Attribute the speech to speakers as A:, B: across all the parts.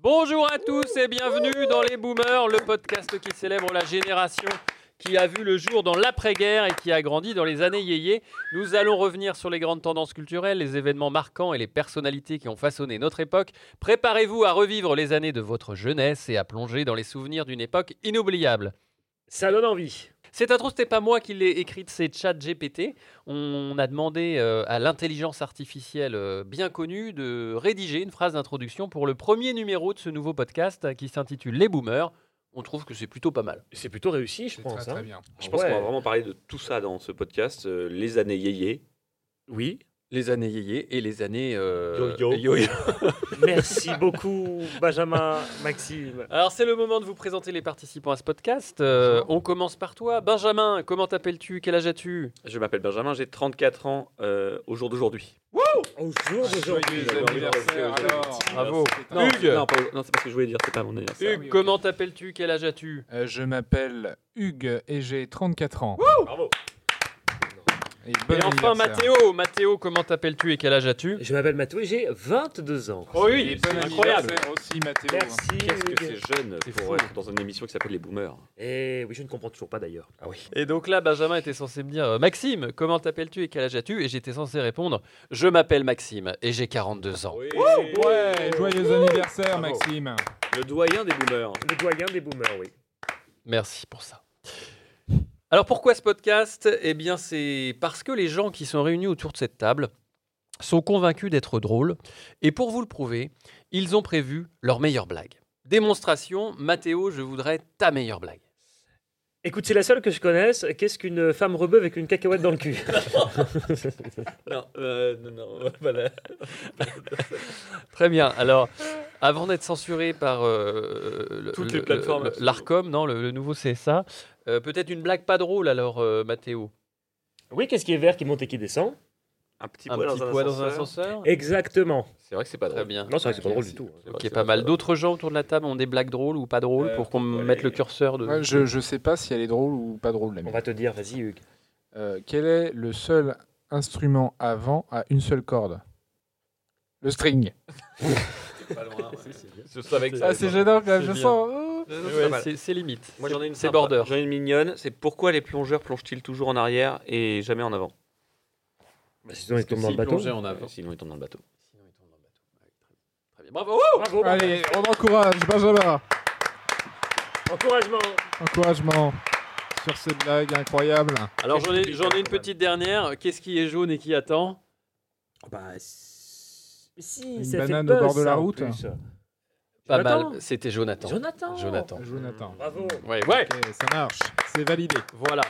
A: Bonjour à tous et bienvenue dans Les Boomers, le podcast qui célèbre la génération qui a vu le jour dans l'après-guerre et qui a grandi dans les années yéyé. Nous allons revenir sur les grandes tendances culturelles, les événements marquants et les personnalités qui ont façonné notre époque. Préparez-vous à revivre les années de votre jeunesse et à plonger dans les souvenirs d'une époque inoubliable.
B: Ça donne envie.
A: Cette intro, c'était pas moi qui l'ai écrite, c'est ChatGPT. On a demandé euh, à l'intelligence artificielle euh, bien connue de rédiger une phrase d'introduction pour le premier numéro de ce nouveau podcast euh, qui s'intitule Les Boomers. On trouve que c'est plutôt pas mal.
B: C'est plutôt réussi, je
C: C'est
B: pense.
C: très,
B: hein.
C: très bien.
D: Je pense
B: Ouais.
D: qu'on va vraiment parler de tout ça dans ce podcast. euh, les années yéyé.
B: Oui.
A: Les années yéyé et les années euh,
D: Yo-yo.
B: Merci beaucoup, Benjamin, Maxime.
A: Alors c'est le moment de vous présenter les participants à ce podcast. Euh, on commence par toi. Benjamin, comment t'appelles-tu Quel âge as-tu
D: Je m'appelle Benjamin, j'ai 34 ans euh, au jour d'aujourd'hui.
B: Au jour d'aujourd'hui.
C: Joyeux anniversaire, alors.
A: Bravo.
C: C'était
D: Non,
C: un-
A: Hugues.
D: Non, pas- non, c'est pas ce que je voulais dire, c'est pas mon anniversaire.
A: Hugues,
C: oui, ok.
A: comment t'appelles-tu Quel âge as-tu
C: Euh, je m'appelle Hugues et j'ai 34 ans.
B: Bravo.
C: Et, bon
A: Et enfin
C: anniversaire.
A: Mathéo. Mathéo, comment t'appelles-tu et quel âge as-tu
B: Je m'appelle Mathieu et j'ai 22 ans.
A: Oh
C: Et bon
A: incroyable.
C: anniversaire aussi, Mathéo. hein.
B: Merci.
D: hein. Qu'est-ce que
B: Hugues.
D: c'est jeune
A: C'est fou.
D: pour être dans une émission qui s'appelle Les Boomers
B: Eh oui, je ne comprends toujours pas d'ailleurs. Ah oui.
A: Et donc là, Benjamin était censé me dire euh, Maxime, comment t'appelles-tu et quel âge as-tu Et j'étais censé répondre Je m'appelle Maxime et j'ai 42
D: Ah
A: ans.
C: Ouais, Eh, joyeux anniversaire, Maxime.
D: Le doyen des Boomers.
B: Le doyen des boomers, oui.
A: Merci pour ça. Alors pourquoi ce podcast Eh bien c'est parce que les gens qui sont réunis autour de cette table sont convaincus d'être drôles et pour vous le prouver, ils ont prévu leur meilleure blague. Démonstration, Mathéo, je voudrais ta meilleure blague.
B: Écoute, c'est la seule que je connaisse. Qu'est-ce qu'une femme rebeu avec une cacahuète dans le cul
D: Non, euh, non, non, voilà.
A: Très bien. Alors avant d'être censuré par euh, le-
D: Toutes
A: le-
D: les plateformes,
A: le-
D: absolument.
A: l'Arcom, non, le, le nouveau CSA, euh, peut-être une blague pas drôle alors euh, Mathéo.
B: Oui, qu'est-ce qui est vert qui monte et qui descend
D: Un petit
A: Un
D: poids
A: petit
D: dans,
A: poids
D: un
A: dans un
D: ascenseur.
A: ascenseur
B: Exactement.
D: C'est vrai que c'est pas
A: Très
D: drôle.
A: bien.
B: Non, c'est vrai que c'est pas drôle du tout. hein.
D: C'est vrai
A: Ok,
D: que c'est
A: pas mal. D'autres gens autour de la table ont des blagues drôles ou pas drôles
D: Euh,
A: pour qu'on me
D: ouais.
A: mette le curseur de.
C: Ouais, je, je sais pas si elle est drôle ou pas drôle, la
B: On
C: mienne.
B: va te dire, vas-y Hugues.
C: Euh, quel est le seul instrument à vent à une seule corde Le string.
D: Pas loin, ouais. Je savais que ça
C: Ah,
D: allait
C: c'est
D: pas.
C: gênant quand même, je
A: C'est bien.
C: sens. oh.
D: Non, non, c'est pas
A: Ouais,
D: mal.
A: c'est- c'est limite.
D: Moi j'en ai une
A: C'est
D: sympa.
A: border.
D: J'en ai une mignonne. C'est pourquoi les plongeurs plongent-ils toujours en arrière et jamais en avant
B: sinon, il tombe dans le bateau.
A: en
D: Sinon ils tombent dans le bateau.
A: Très bien. Bravo.
B: Bravo.
C: oh. Allez, on encourage Benjamin.
B: Encouragement.
C: Encouragement sur ces blagues incroyables.
A: Alors j'en ai, j'en ai une petite dernière. Qu'est-ce qui est jaune et qui attend
B: Bah, si,
C: Oh, Une
B: ça
C: banane
B: fait
C: au bord
B: buzz,
C: de la
B: ça, en
C: route.
B: plus.
A: Pas
B: Jonathan.
A: mal. C'était Jonathan.
B: Jonathan.
A: Jonathan.
C: Jonathan.
B: Bravo.
A: Ouais, ouais.
C: Ok, ça marche, c'est validé.
A: Voilà.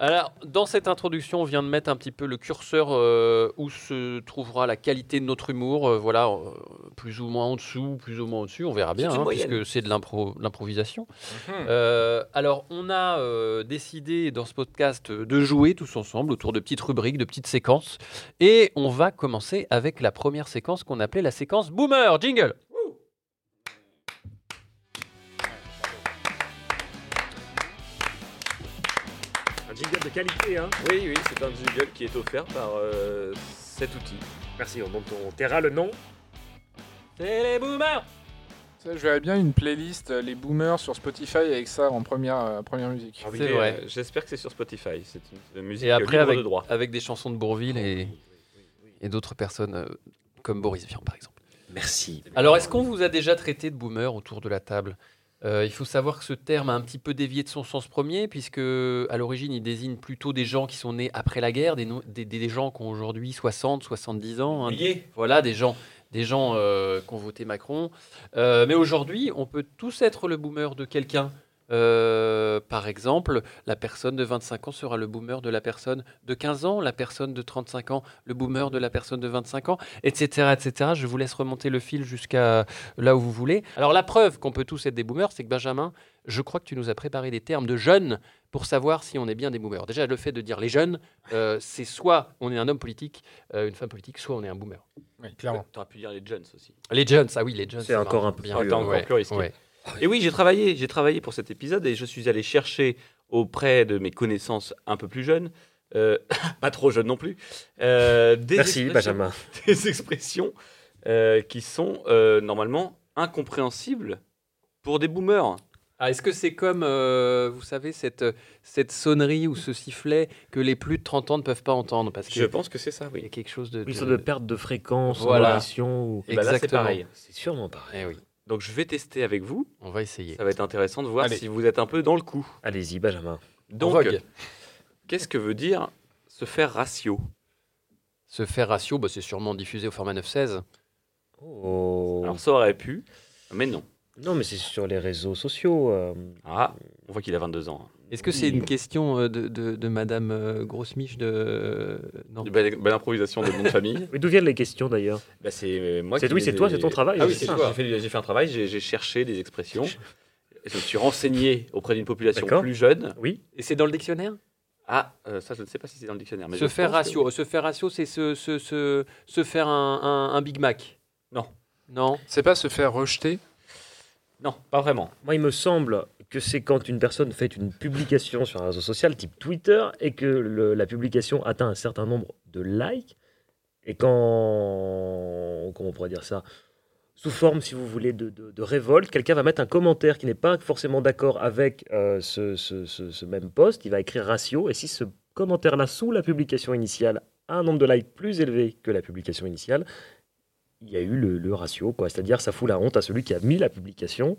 A: Alors, dans cette introduction, on vient de mettre un petit peu le curseur euh, où se trouvera la qualité de notre humour. euh, voilà, euh, plus ou moins en dessous, plus ou moins au-dessus, on verra bien,
D: une
A: hein,
D: moyenne.
A: puisque c'est de l'impro- de l'improvisation. Euh, alors, on a euh, décidé dans ce podcast euh, de jouer tous ensemble autour de petites rubriques, de petites séquences. Et on va commencer avec la première séquence qu'on appelait la séquence Boomer. Jingle
B: Un jingle de qualité, hein.
D: Oui, oui, c'est un jingle qui est offert par euh, cet outil.
B: Merci, on, donc, on taira le nom.
A: C'est les Boomers
C: Ça, je verrais bien une playlist euh, les boomers sur Spotify avec ça en première, euh, première musique.
D: Envie
A: C'est
D: de-
A: vrai.
D: euh, J'espère que c'est sur Spotify. C'est une une musique
A: Et après,
D: libre
A: avec,
D: de droit.
A: avec des chansons de Bourville et, et d'autres personnes euh, comme Boris Vian, par exemple.
B: Merci.
A: Alors, est-ce qu'on vous a déjà traité de boomer autour de la table Euh, Il faut savoir que ce terme a un petit peu dévié de son sens premier, puisque à l'origine, il désigne plutôt des gens qui sont nés après la guerre, des, no- des, des- des gens qui ont aujourd'hui 60, 70 ans. hein. Voilà, des gens, des gens euh, qui ont voté Macron. Euh, mais aujourd'hui, on peut tous être le boomer de quelqu'un. Euh, par exemple, la personne de 25 ans sera le boomer de la personne de 15 ans, la personne de 35 ans, le boomer de la personne de 25 ans etc., etc. Je vous laisse remonter le fil jusqu'à là où vous voulez. Alors la preuve qu'on peut tous être des boomers, c'est que Benjamin, je crois que tu nous as préparé des termes de jeunes pour savoir si on est bien des boomers. Déjà, le fait de dire les jeunes, euh, c'est soit on est un homme politique, euh, une femme politique, soit on est un boomer.
C: Oui, clairement.
D: T'aurais pu dire les Jones aussi.
A: Les jeunes, ah oui, les jeunes.
B: C'est encore
A: marrant.
B: un peu
A: bien.
B: plus-
A: Attends,
D: encore
A: ouais,
D: plus risqué.
A: ouais.
B: Ah
D: Et oui, j'ai travaillé, j'ai travaillé pour cet épisode et je suis allé chercher auprès de mes connaissances un peu plus jeunes, euh, pas trop jeunes non plus, euh, des
B: Merci,
D: expressions-
B: Benjamin.
D: des expressions euh, qui sont euh, normalement incompréhensible pour des boomers.
A: Ah, Est-ce que c'est comme, euh, vous savez, cette, cette sonnerie ou ce sifflet que les plus de 30 ans ne peuvent pas entendre Parce
D: Je
A: qu'il
D: pense que c'est ça,
A: y a
D: oui.
A: quelque chose de.
B: Une
A: de-
B: sorte de perte de fréquence,
A: Voilà.
B: d'ondulation, ou-
D: Et bah là, c'est
A: Exactement.
D: pareil.
B: C'est sûrement pareil.
A: Eh oui,
D: Donc je vais tester avec vous.
A: on va essayer.
D: Ça va être intéressant de voir
C: Allez.
D: si vous êtes un peu dans le coup.
B: Allez-y, Benjamin.
D: Donc,
A: Vogue.
D: qu'est-ce que veut dire se faire ratio
A: Se faire ratio, bah, c'est sûrement diffusé au format 9-16.
B: Oh.
D: Alors ça aurait pu, mais non.
B: Non, mais c'est sur les réseaux sociaux. euh,
D: Ah, on voit qu'il a 22 ans. hein.
A: Est-ce que c'est une question euh, de, de, de Madame euh, Grossmiche de. euh, non.
D: Belle, belle improvisation de bonne famille.
B: Mais d'où viennent les questions d'ailleurs
D: Bah, c'est euh, moi
B: C'est
D: qui
B: oui,
D: les
B: c'est
D: ai-
B: toi, c'est ton travail.
D: Ah oui,
B: C'est
D: c'est
B: ça.
D: toi. J'ai fait, j'ai fait un travail, j'ai j'ai cherché des expressions. Je me suis renseigné auprès d'une population
B: D'accord.
D: plus jeune.
B: Oui.
A: Et c'est dans le dictionnaire
D: Ah, euh, ça, je ne sais pas si c'est dans le dictionnaire. Mais
A: Se
D: je
A: faire
D: pense que
A: ratio.
D: oui.
A: Se faire ratio, c'est se, se, se, se faire un, un- un Big Mac
D: Non.
A: Non
C: C'est pas se faire rejeter
D: Non, pas vraiment.
B: Moi, il me semble que c'est quand une personne fait une publication sur un réseau social type Twitter et que le- la publication atteint un certain nombre de likes et quand, comment on pourrait dire ça, sous forme, si vous voulez, de, de- de révolte, quelqu'un va mettre un commentaire qui n'est pas forcément d'accord avec euh, ce, ce- ce- ce même post, il va écrire ratio et si ce commentaire-là sous la publication initiale a un nombre de likes plus élevé que la publication initiale, il y a eu le, le ratio, quoi. C'est-à-dire, ça fout la honte à celui qui a mis la publication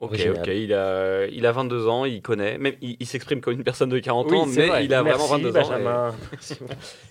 D: Ok,
B: Original.
D: ok. Il a, il a 22 ans, il connaît. Même, il, il s'exprime comme une personne de 40
A: Oui,
D: ans,
A: c'est
D: mais
A: vrai.
D: il a
B: Merci,
D: vraiment 22 ans.
B: Benjamin.
D: Et,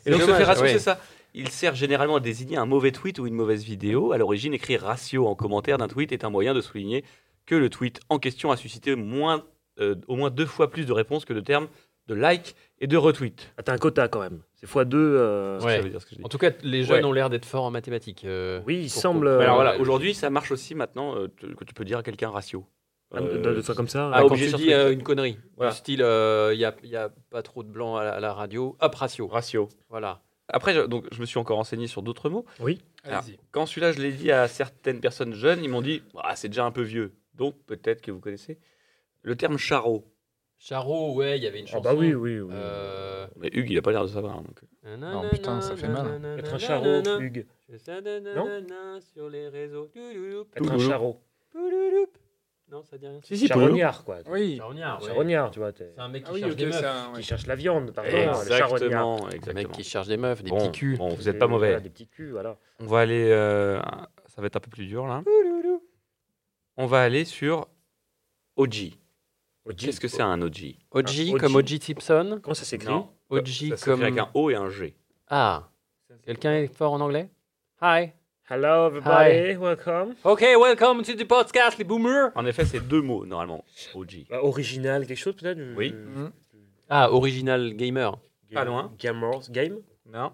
D: et donc, se
A: dommage,
D: faire ratio,
A: ouais.
D: c'est ça. Il sert généralement à désigner un mauvais tweet ou une mauvaise vidéo. À l'origine, écrire ratio en commentaire d'un tweet est un moyen de souligner que le tweet en question a suscité moins, euh, au moins deux fois plus de réponses que de termes de like et de retweet.
B: Ah, T'as un quota quand même. C'est x2. euh,
A: Ouais.
D: Ça veut dire ce que je dis.
A: En tout cas, les jeunes
D: Ouais.
A: ont l'air d'être forts en mathématiques. euh,
B: Oui, il
A: pour-
B: semble,
A: pour-
B: euh,
D: Alors voilà,
A: Ouais.
D: aujourd'hui, ça marche aussi maintenant euh, tu- que tu peux dire à quelqu'un ratio.
B: un- de- de- de- ça comme ça.
D: ah,
A: Ah,
B: euh,
A: quand
D: obligé
A: tu
D: sur
A: dis
D: Twitter.
A: euh, une connerie,
D: Voilà.
A: du style, il n'y a, y a pas trop de blanc à la, à la radio, hop, ratio.
D: ratio.
A: Voilà.
D: Après, je, donc, je me suis encore renseigné sur d'autres mots. Ah.
C: Allez-y.
D: Quand celui-là, je l'ai dit à certaines personnes jeunes, ils m'ont dit ah, c'est déjà un peu vieux. Donc, peut-être que vous connaissez le terme charreau.
A: Charo, ouais, il y avait une
B: Ah
A: chanson.
B: bah oui, oui. oui.
A: Euh...
D: Mais Hugues, il a pas l'air de savoir. hein, donc.
A: Non,
C: putain, ça fait mal.
B: Être un charreau, Hugues.
A: Non Sur les réseaux. Toulouloup,
B: Être un
D: Touloulou.
B: charreau.
A: toulouloup. Non, ça dit rien.
B: Charognard, quoi.
C: Oui.
A: Charognard, ouais.
B: Charognard, tu vois. t'es-
A: C'est un mec
C: Ah
A: qui
C: oui,
A: cherche
C: ok,
A: des
C: c'est
A: meufs.
C: un- ouais.
B: Qui cherche la viande, pardon. le charognard.
D: Exactement,
A: Un mec
D: exactement.
A: qui cherche des meufs, des
D: Bon,
A: petits culs.
D: bon, vous n'êtes pas
B: Voilà,
D: mauvais.
B: Des petits culs, voilà.
D: On va aller. euh, ça va être un peu plus dur là. On va aller sur OG. Qu'est-ce que c'est un OG
A: OG,
B: OG.
A: comme OG Simpson.
B: Comment Ah, ça s'écrit
D: Non,
A: OG
D: hein. ça hein. s'écrit
A: comme.
D: avec un O et un G.
A: Ah, quelqu'un est fort en anglais Hi.
B: Hello everybody, welcome.
A: Ok, welcome to the podcast, les boomers.
D: En effet, c'est deux mots normalement. OG.
B: Bah, original, quelque chose peut-être du-
D: Oui.
B: du-
C: Mhm.
A: Ah, original gamer.
D: Pas loin.
B: Gamers, game.
D: Non.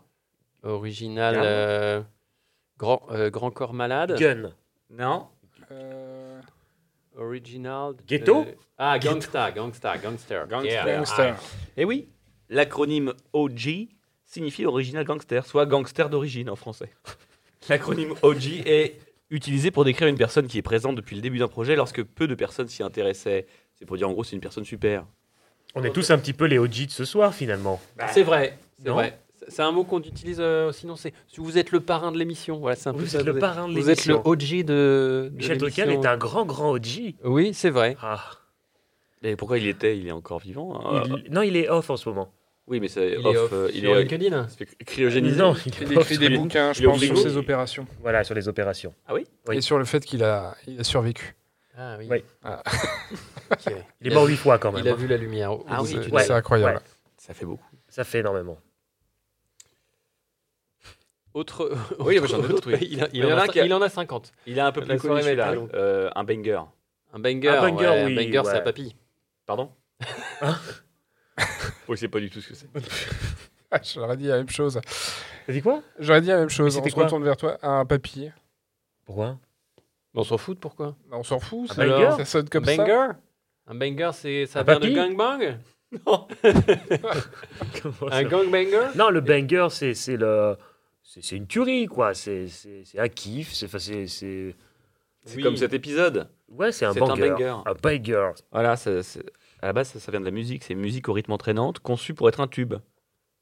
A: Original
D: Gamer.
A: euh, grand, euh, grand corps malade.
B: Gun.
D: Non.
C: Euh,
A: Original. de-
B: Ghetto
A: Ah, gangsta, gangsta, gangster.
D: Gangster.
A: Yeah. Ah,
C: gangster.
D: Eh oui. L'acronyme OG signifie original gangster, soit gangster d'origine en français. L'acronyme OG est utilisé pour décrire une personne qui est présente depuis le début d'un projet lorsque peu de personnes s'y intéressaient. C'est pour dire en gros c'est une personne super.
B: On est tous un petit peu les OG de ce soir finalement.
A: Ah, C'est vrai, c'est
B: Non.
A: vrai. C'est- C'est un mot qu'on utilise, euh, sinon c'est. si Vous êtes le parrain de l'émission. Voilà, c'est un peu
B: Vous
A: ça,
B: êtes le
A: vous
B: parrain de
A: Vous êtes le
B: l'émission.
A: OG de. de
B: Michel
A: l'émission.
B: Drucker est un grand, grand OG.
A: Oui, c'est vrai.
B: Ah.
D: Et pourquoi il était Il est encore vivant. hein.
B: Il- Non, il est off en ce moment.
D: Oui, mais c'est
A: Il
D: off,
A: est off
D: euh, il
A: sur
D: est-
A: LinkedIn.
D: il se fait cryogéniser.
B: Non, il
C: Il
B: est
C: écrit
B: off.
C: des
D: il est-
C: bouquins, je
D: il est au
C: pense, sur
D: frigo.
C: ses opérations
B: Voilà, sur les opérations. Oui.
C: et sur le fait qu'il a, il a survécu.
A: Ah oui.
B: Oui.
C: Ah.
A: Ok.
B: Il est mort huit fois quand même.
A: Il a
B: hein.
A: vu la lumière. Euh,
D: Ah oui,
A: Aux-
D: tu
A: aux-
D: Ouais.
C: C'est incroyable.
B: Ouais.
D: Ça fait beaucoup.
B: Ça fait énormément.
A: Autre.
D: Oui,
A: autre-
D: j'en ai d'autres, oui.
A: Il, a- il
D: Il y en
A: en
D: a
A: a,
D: qui a-
A: il en a 50.
D: Il a un peu
A: La
D: plus connu
A: soirée va
D: celui-là.
A: être très
D: Euh, un banger.
A: Un banger.
B: Un banger,
A: ouais,
B: oui,
A: Un banger, c'est à
B: ouais.
A: papy.
D: Pardon
B: Hein
D: Oui, c'est pas du tout ce que c'est.
C: Ah, J'aurais dit la même chose.
B: T'as dit quoi
C: J'aurais dit la même chose.
B: Mais
C: On
B: c'était
C: se
B: quoi
C: retourne vers toi. Un papier.
B: Pourquoi
A: On s'en fout de pourquoi
C: Non, Bah, On s'en fout.
B: Un
C: ça-
B: banger
C: ça sonne comme
A: Un
C: ça.
A: banger Un banger, c'est ça
B: Un
A: vient de
B: papy
A: gangbang
B: Comment ça
A: Un gangbanger
B: Non, le banger, c'est c'est le... C'est c'est une tuerie, quoi. C'est c'est- c'est un kiff. C'est... enfin, c'est- c'est-
D: C'est
A: Oui.
D: comme cet épisode.
B: Ouais, c'est un
D: C'est un
B: banger.
D: banger.
B: Un banger.
D: Voilà, ça- ça- à la base, ça, ça vient de la musique. C'est musique au rythme entraînante, conçue pour être un tube.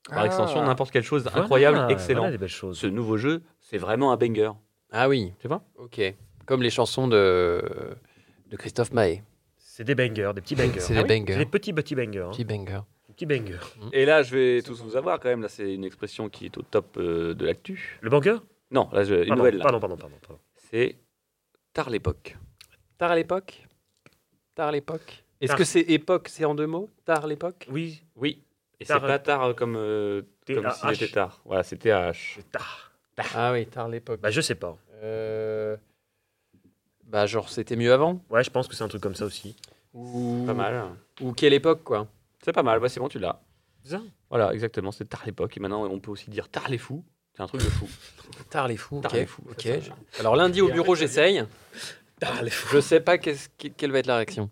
D: Par
C: Ah.
D: extension, n'importe quelle chose
B: Ah, Voilà,
D: incroyable, excellent.
B: Voilà des belles choses.
D: Ce nouveau jeu, c'est vraiment un banger.
A: Ah oui.
D: Tu vois
A: Ok. Comme les chansons de, de Christophe Maé.
B: C'est des bangers, des petits bangers.
A: C'est des
B: Ah oui,
A: bangers.
B: c'est des petits, petits bangers. hein.
A: Petit banger.
B: Des Petits bangers.
D: Et là, je vais tous vous avoir quand même. Là, c'est une expression qui est au top euh, de l'actu.
B: Le banger
D: Non, là, je- une
B: pardon,
D: nouvelle. là.
B: pardon, pardon, pardon, pardon.
D: C'est tard l'époque.
A: Tard à l'époque Tard à l'époque Est-ce
B: Tard.
A: que c'est époque, c'est en deux mots Tard à l'époque
B: Oui,
D: Oui. Et c'est
B: Tard,
D: pas tard euh, comme, euh, comme
B: T-A-H.
D: s'il était tard. Voilà, c'est TH.
B: c'est tard.
A: Ah oui, tard à l'époque.
B: Bah, je sais pas.
A: Euh, Bah genre c'était mieux avant
B: Ouais, je pense que c'est un truc comme ça aussi.
A: ou...
D: Pas mal.
A: Ou quelle époque quoi
D: C'est pas mal. Bah, c'est bon, tu l'as.
B: Ça
D: Voilà, exactement. C'est tard l'époque. Et maintenant, on peut aussi dire tard les fous. C'est un truc de fou.
A: Tard les fous,
D: Tard
A: ok.
D: les fous.
A: ok.
D: Ça, ça-
A: Alors lundi au bureau j'essaye.
B: Tard, les fous.
A: Je sais pas qu'est-ce- que- quelle va être la réaction.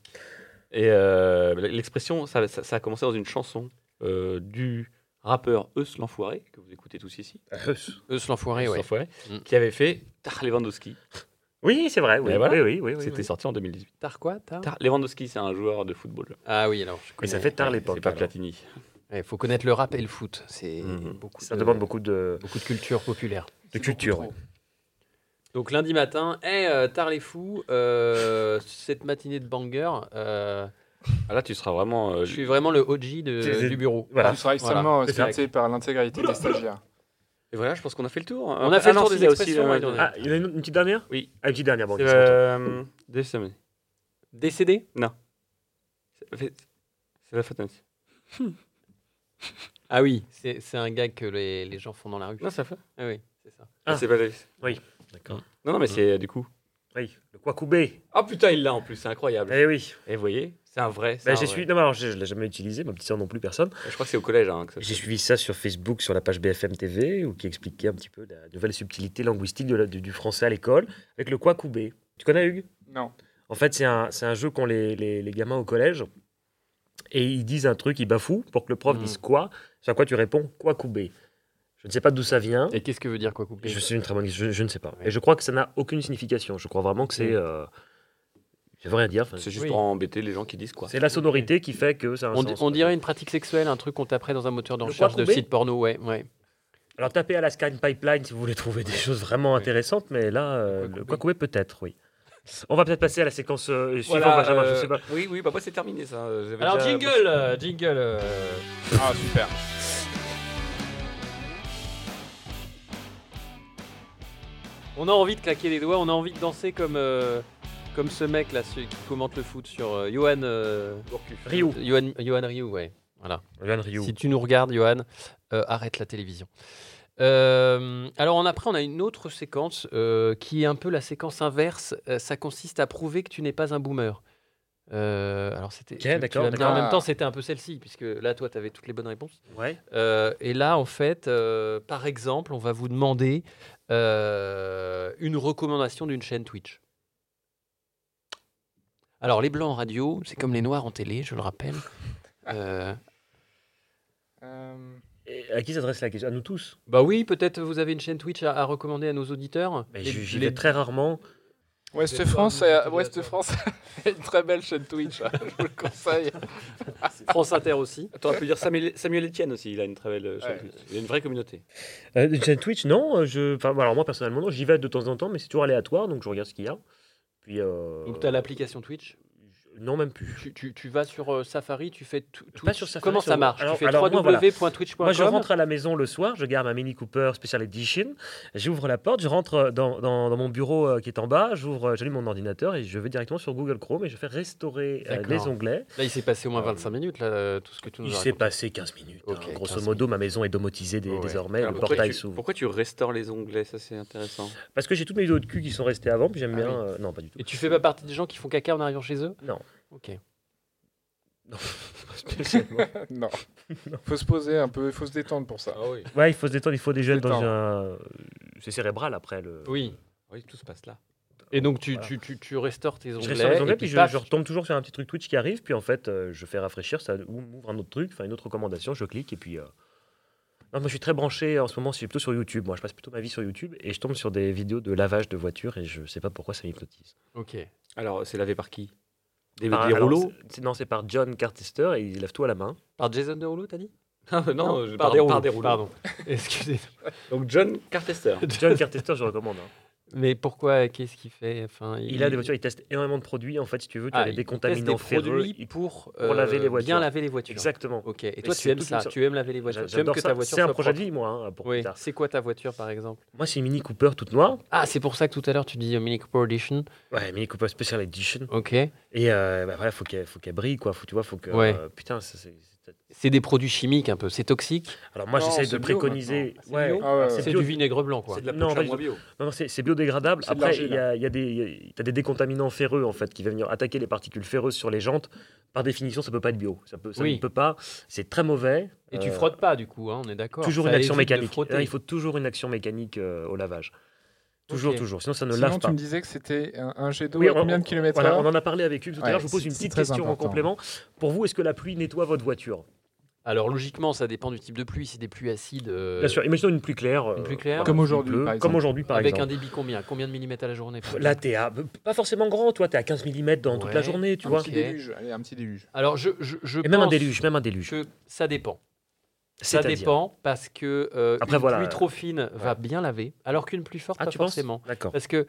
D: Et euh, l'expression, ça, ça- ça a commencé dans une chanson euh, du rappeur Eus l'Enfoiré, que vous écoutez tous ici,
A: Eux Euh, se l'enfoiré,
D: Eus
A: ouais.
D: l'Enfoiré,
A: Mm.
D: qui avait fait Tar Lewandowski.
B: Oui, c'est vrai. Oui,
D: Et voilà.
B: oui, oui, oui, oui,
D: C'était
B: oui. Ah
D: sorti en 2018.
A: Tard quoi Tard
D: Tar Lewandowski, c'est un joueur de football.
A: Ah oui, alors je
B: Mais ça
A: connais.
B: fait tard
A: Ouais,
B: l'époque.
D: C'est pas
B: alors.
D: Platini.
A: Il faut connaître le rap et le foot. C'est
D: Mhm.
A: beaucoup,
B: Ça
A: de,
B: demande beaucoup de,
A: beaucoup de culture populaire.
B: de culture. ouais.
A: Donc lundi matin, hey, euh, tard les fous, euh, cette matinée de banger, euh,
D: Ah, là, tu seras vraiment. euh,
A: je suis vraiment le OG de-
B: C'est- c'est-
A: du bureau.
B: Voilà.
C: Tu seras extrêmement scruté par l'intégralité des stagiaires.
D: Et voilà, je pense qu'on a fait le tour. Ah
A: On a fait le tour des
D: il y a aussi
A: expressions,
D: le-
A: ouais, j'en ai.
B: Ah, il y en a une, une petite dernière
D: Oui.
B: Ah, une petite dernière. Bon,
D: C'est
B: ok, c'est bon.
D: euh, des semaines.
A: Décédé
D: C'est- fait- C'est la fatalité.
A: Ah oui, c'est c'est un gag que les, les gens font dans la rue.
D: Non, ça fait.
A: Ah oui, c'est ça.
B: Ah.
D: C'est pas la-
B: D'accord.
D: Non, non, mais c'est euh, du coup.
B: Oui, le Kwakubé.
D: Ah putain, il l'a en plus, c'est incroyable.
B: Eh oui.
D: Et vous voyez, c'est un vrai. c'est
B: Bah,
D: un
B: j'ai
D: vrai.
B: suivi. Non, mais alors, je, je l'ai jamais utilisé, ma petite soeur non plus, personne.
D: Je crois que c'est au collège. hein, que ça-
B: J'ai suivi ça sur Facebook, sur la page BFM TV, où qui expliquait un petit peu la nouvelle subtilité linguistique de la- du, du français à l'école, avec le Kwakubé. Tu connais Hugues
C: Non.
B: En fait, c'est un, c'est un jeu qu'ont les, les, les gamins au collège. Et ils disent un truc, ils bafouent pour que le prof
D: Mm.
A: Mhm.
B: dise quoi. Sur quoi tu réponds quoi couper. Je ne sais pas d'où ça vient.
A: Et qu'est-ce que veut dire quoi couper
B: Je suis une très bonne je, je ne sais pas.
A: Ouais. Mm.
B: Et je crois que ça n'a aucune signification. Je crois vraiment que c'est. euh, ça veut rien dire. Enfin,
D: C'est juste
A: Oui.
D: pour embêter les gens qui disent quoi.
B: c'est la sonorité qui fait que ça a un
A: On, di-
B: sens.
A: on dirait une pratique sexuelle, un truc qu'on taperait dans un moteur de
B: Le
A: recherche de
B: Kwakubé
A: site porno, ouais. ouais.
B: Alors tapez Alaska Pipeline si vous voulez trouver des choses vraiment
A: Oui.
B: intéressantes, mais là, euh,
A: Kwakubé.
B: le Kwakubé peut-être, oui. On va peut-être passer à la séquence euh, suivante,
D: Voilà,
B: Benjamin, je
D: euh,
B: sais pas.
D: Oui, oui, bah, moi, c'est terminé ça. J'avais
A: Alors
D: déjà-
A: jingle, euh, jingle. euh,
C: Ah, super.
A: On a envie de claquer les doigts, on a envie de danser comme, euh, comme ce mec là celui qui commente le foot sur euh, Johan euh,
B: Rio.
A: Johan, Johan Ryu, ouais. Voilà.
B: Johan Rio.
A: Si tu nous regardes, Johan, euh, arrête la télévision. Euh, alors en après, on a une autre séquence euh, qui est un peu la séquence inverse. Euh, ça consiste à prouver que tu n'es pas un boomer. Euh, alors c'était. tu- tu vas
B: d'accord,
A: me dire En
C: d'accord.
A: même temps, c'était un peu celle-ci puisque là, toi, tu avais toutes les bonnes réponses.
B: Ouais.
A: Euh, et là, en fait, euh, par exemple, on va vous demander euh, une recommandation d'une chaîne Twitch. Alors, les blancs en radio, c'est comme les noirs en télé, je le rappelle. Euh,
C: Euh,
B: Et à qui s'adresse la question À nous tous.
A: bah oui, peut-être vous avez une chaîne Twitch à, à recommander à nos auditeurs.
B: Mais
A: Les-
B: j'y j'y
A: les-
B: Bah, vais très rarement.
C: Ouest
A: Des
C: France,
A: formes
C: euh,
A: de
C: Ouest
A: modérateurs.
C: France, a une très belle chaîne Twitch. hein, je vous le conseille.
A: France Inter aussi.
D: Attends, on peut dire Samuel, Samuel Etienne aussi, il a une très belle euh, chaîne
C: Ouais.
D: Twitch. Il a une vraie communauté.
B: Euh, une chaîne Twitch, non. euh, Je... Enfin, bon, alors moi, personnellement, non, j'y vais de temps en temps, mais c'est toujours aléatoire, donc je regarde ce qu'il y a. Puis, euh,
A: Donc, tu as l'application Twitch.
B: je- Non, même plus.
A: Tu, tu- tu vas sur euh, Safari, tu fais tout.
B: Pas sur Safari,
A: Comment
B: sur-
A: ça marche
B: alors-
A: Tu fais
B: alors moi, voilà.
A: www.twitch.com.
B: Moi, je rentre à la maison le soir, je garde ma Mini Cooper Special Edition, j'ouvre la porte, je rentre euh, dans, dans- dans mon bureau euh, qui est en bas, j'ouvre, euh, j'allume mon ordinateur et je vais directement sur Google Chrome et je fais restaurer euh,
A: D'accord.
B: les onglets.
A: Là, il s'est passé au moins
B: Euh,
A: 25 minutes, là, euh, tout ce que tu nous
B: Il
A: as
B: s'est
A: raconté.
B: passé 15 minutes. hein.
A: Ok,
B: Grosso
A: 15
B: modo, ma maison est domotisée dé-
A: Ouais. Ah, bah,
B: désormais,
D: Alors,
B: Eh, le
D: pourquoi,
B: portail
D: tu,
B: s'ouvre.
D: pourquoi tu restaures les onglets Ça, c'est intéressant.
B: Parce que j'ai toutes mes vidéos de cul qui sont restées avant, puis j'aime
A: Ah
B: bien.
A: oui.
B: euh, non, pas du tout.
A: Et tu fais pas partie des gens qui font caca en arrivant chez eux
B: Non.
A: Ok.
C: non. Faut se poser un peu, faut se détendre pour ça. Ah,
D: oui.
B: Ouais, il faut se détendre, il faut des jeunes dans
C: Détendre.
B: un. euh, C'est cérébral après le.
A: Oui.
D: Oui, tout se passe là.
A: Et donc, tu,
B: Voilà.
A: tu, tu, tu restaures tes onglets.
B: Je reste sur les
A: et
B: onglets, puis, je,
A: paf,
B: je retombe toujours sur un petit truc Twitch qui arrive, puis en fait, euh, je fais rafraîchir, ça ou- m'ouvre un autre truc, enfin une autre recommandation, je clique, et puis. euh, Non, moi je suis très branché en ce moment, c'est plutôt sur YouTube. Moi je passe plutôt ma vie sur YouTube et je tombe sur des vidéos de lavage de voitures et je sais pas pourquoi ça m'hypnotise.
A: Ok.
D: Alors, c'est lavé par qui Des,
B: Par-
D: des
B: alors,
D: rouleaux
B: c'est- c'est- Non, c'est par John Cartester et il lave tout à la main.
A: Par Jason Derulo, t'as dit
D: Non, non, je- par,
A: pardon,
D: des rouleaux.
A: par des rouleaux. Pardon. Excusez-moi.
D: Donc, John Cartester.
B: John Cartester, je recommande. hein.
A: Mais pourquoi Qu'est-ce qu'il fait enfin,
B: Il a des voitures, il teste énormément de produits. En fait, si tu veux, tu
A: Ah,
B: as
A: il
B: des
A: teste
B: contaminants
A: des
B: ferreux.
A: produits
B: Il-
A: pour, euh,
B: pour laver les
A: bien
B: voitures.
A: laver les voitures.
B: Exactement.
A: Ok. Et toi,
B: c'est
A: tu aimes
B: toute
A: ça
B: une sorte-
A: Tu aimes laver les voitures Tu aimes
B: J'adore
A: que
B: ça.
A: ta voiture
B: C'est un
A: soit
B: projet de
A: propre.
B: vie, moi, hein, pour
A: Oui.
B: plus tard.
A: C'est quoi ta voiture, par exemple
B: Moi, c'est une Mini Cooper toute noire.
A: Ah, c'est pour ça que tout à l'heure, tu dis euh, Mini Cooper Edition.
B: Ouais, Mini Cooper Special Edition.
A: Ok.
B: Et euh, bah, voilà, faut qu'elle faut qu'elle brille, quoi. Faut, tu vois, faut que.
A: Ouais.
B: euh, putain, ça, c'est. c'est-
A: C'est des produits chimiques un peu. C'est toxique.
B: Alors moi,
C: Non,
B: j'essaie
C: c'est
B: de
C: bio
B: préconiser.
A: maintenant. C'est
B: Ouais.
A: bio
C: Ah ouais,
B: Alors,
C: ouais.
A: C'est
B: bio-
A: du vinaigre blanc, quoi.
E: C'est de la peau
B: Non,
E: de
B: pas du
E: chamois bio.
B: Non, non, c'est c'est biodégradable.
C: C'est de
B: Après,
C: l'argile,
B: il y a, il y a des, as des décontaminants ferreux en fait qui vont venir attaquer les particules ferreuses sur les jantes. Par définition, ça peut pas être bio. Ça peut, ça
A: Oui.
B: ne peut pas. C'est très mauvais.
A: Et tu
B: Euh,
A: frottes pas, du coup, hein, on est d'accord.
B: Toujours
A: Ça
B: une action
A: évite de
B: mécanique.
A: frotter.
B: Là, il faut toujours une action mécanique euh, au lavage. Toujours,
A: Ok.
B: toujours. Sinon, ça ne
C: Sinon,
B: lave
C: tu
B: pas.
C: me disais que c'était un, un jet d'eau
B: hein. Oui,
C: à combien de kilomètres
B: voilà,
C: heure
B: on en a parlé avec eux tout à
C: Ouais,
B: l'heure. Je vous pose
C: c'est-
B: une
C: c'est
B: petite
C: très
B: question en
C: important.
B: complément. Pour vous, est-ce que la pluie nettoie votre voiture
A: Alors, logiquement, ça dépend du type de pluie. Si des pluies acides. euh,
B: Bien sûr, imaginons une pluie claire. euh,
A: pluie claire.
B: voilà,
C: Comme
B: il
C: aujourd'hui,
B: pleut,
C: par
B: Comme
C: exemple.
B: aujourd'hui, par
A: Avec un
B: exemple.
A: débit combien Combien de millimètres à la journée par
B: Là,
A: exemple
B: t'es à- pas forcément grand, toi, t'es à 15 mm dans toute la
A: Ouais.
B: journée, tu
C: Un
B: vois.
C: petit
A: Ok.
C: déluge, allez, un petit déluge.
A: Alors, je, je, je
B: Et même un
A: pense
B: déluge, même un déluge.
A: que ça dépend. Ça
B: C'est-à-dire
A: dépend parce que euh,
B: Après,
A: une
B: voilà.
A: pluie trop fine va bien laver, alors qu'une pluie forte,
B: Ah,
A: pas
B: tu penses
A: forcément.
B: D'accord.
A: Parce que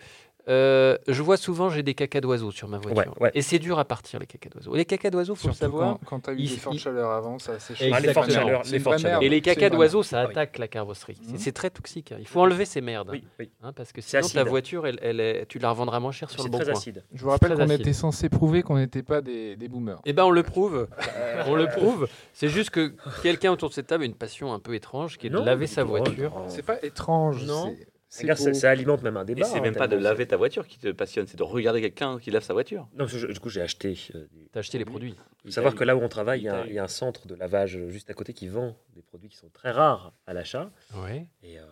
A: euh, je vois souvent, j'ai des cacas d'oiseaux sur ma voiture.
B: Ouais, ouais.
A: Et c'est dur à partir, les cacas d'oiseaux. Les cacas d'oiseaux, faut le
C: Surtout
A: savoir.
C: quand, quand tu as eu
A: il-
C: des fortes
A: il-
C: chaleurs avant, ça séché.
A: Ah, les fortes
B: chaleurs, les fortes chaleurs.
A: Et les
C: caca
A: cacas d'oiseaux, ça
B: Ah oui.
A: attaque la carrosserie. C'est-
C: Mhm.
A: C'est très toxique. hein. Il faut enlever ces merdes.
B: Oui, oui.
A: hein, parce que
B: C'est
A: sinon, ta
B: acide.
A: voiture, elle, elle est- tu la revendras moins cher sur
B: C'est
A: le bon
B: très
A: coin.
B: acide.
C: Je vous rappelle
A: Très
C: qu'on
A: acide.
C: était censé prouver qu'on n'était pas des, des boomers.
A: Eh ben, on le prouve. on le prouve. C'est juste que quelqu'un autour de cette table a une passion un peu étrange qui est de
B: Non,
A: laver
B: mais
A: sa
B: drôle.
A: voiture.
B: Oh.
C: C'est pas étrange.
B: Non.
C: c'est- C'est
B: Regarde, ça,
C: beau.
B: ça alimente même un
E: Et
B: débat.
E: c'est
B: hein,
E: même pas de
B: tellement
E: laver ta voiture qui te passionne, c'est de regarder quelqu'un qui lave sa voiture.
B: c'est- Non, parce que je- du coup, j'ai acheté. euh, des-
A: T'as acheté les produits.
B: Faut savoir que là où on travaille, il y, a un-
E: Italie.
B: il y a un centre de lavage juste à côté qui vend des produits qui sont très rares à l'achat.
A: Ouais.
B: Et euh,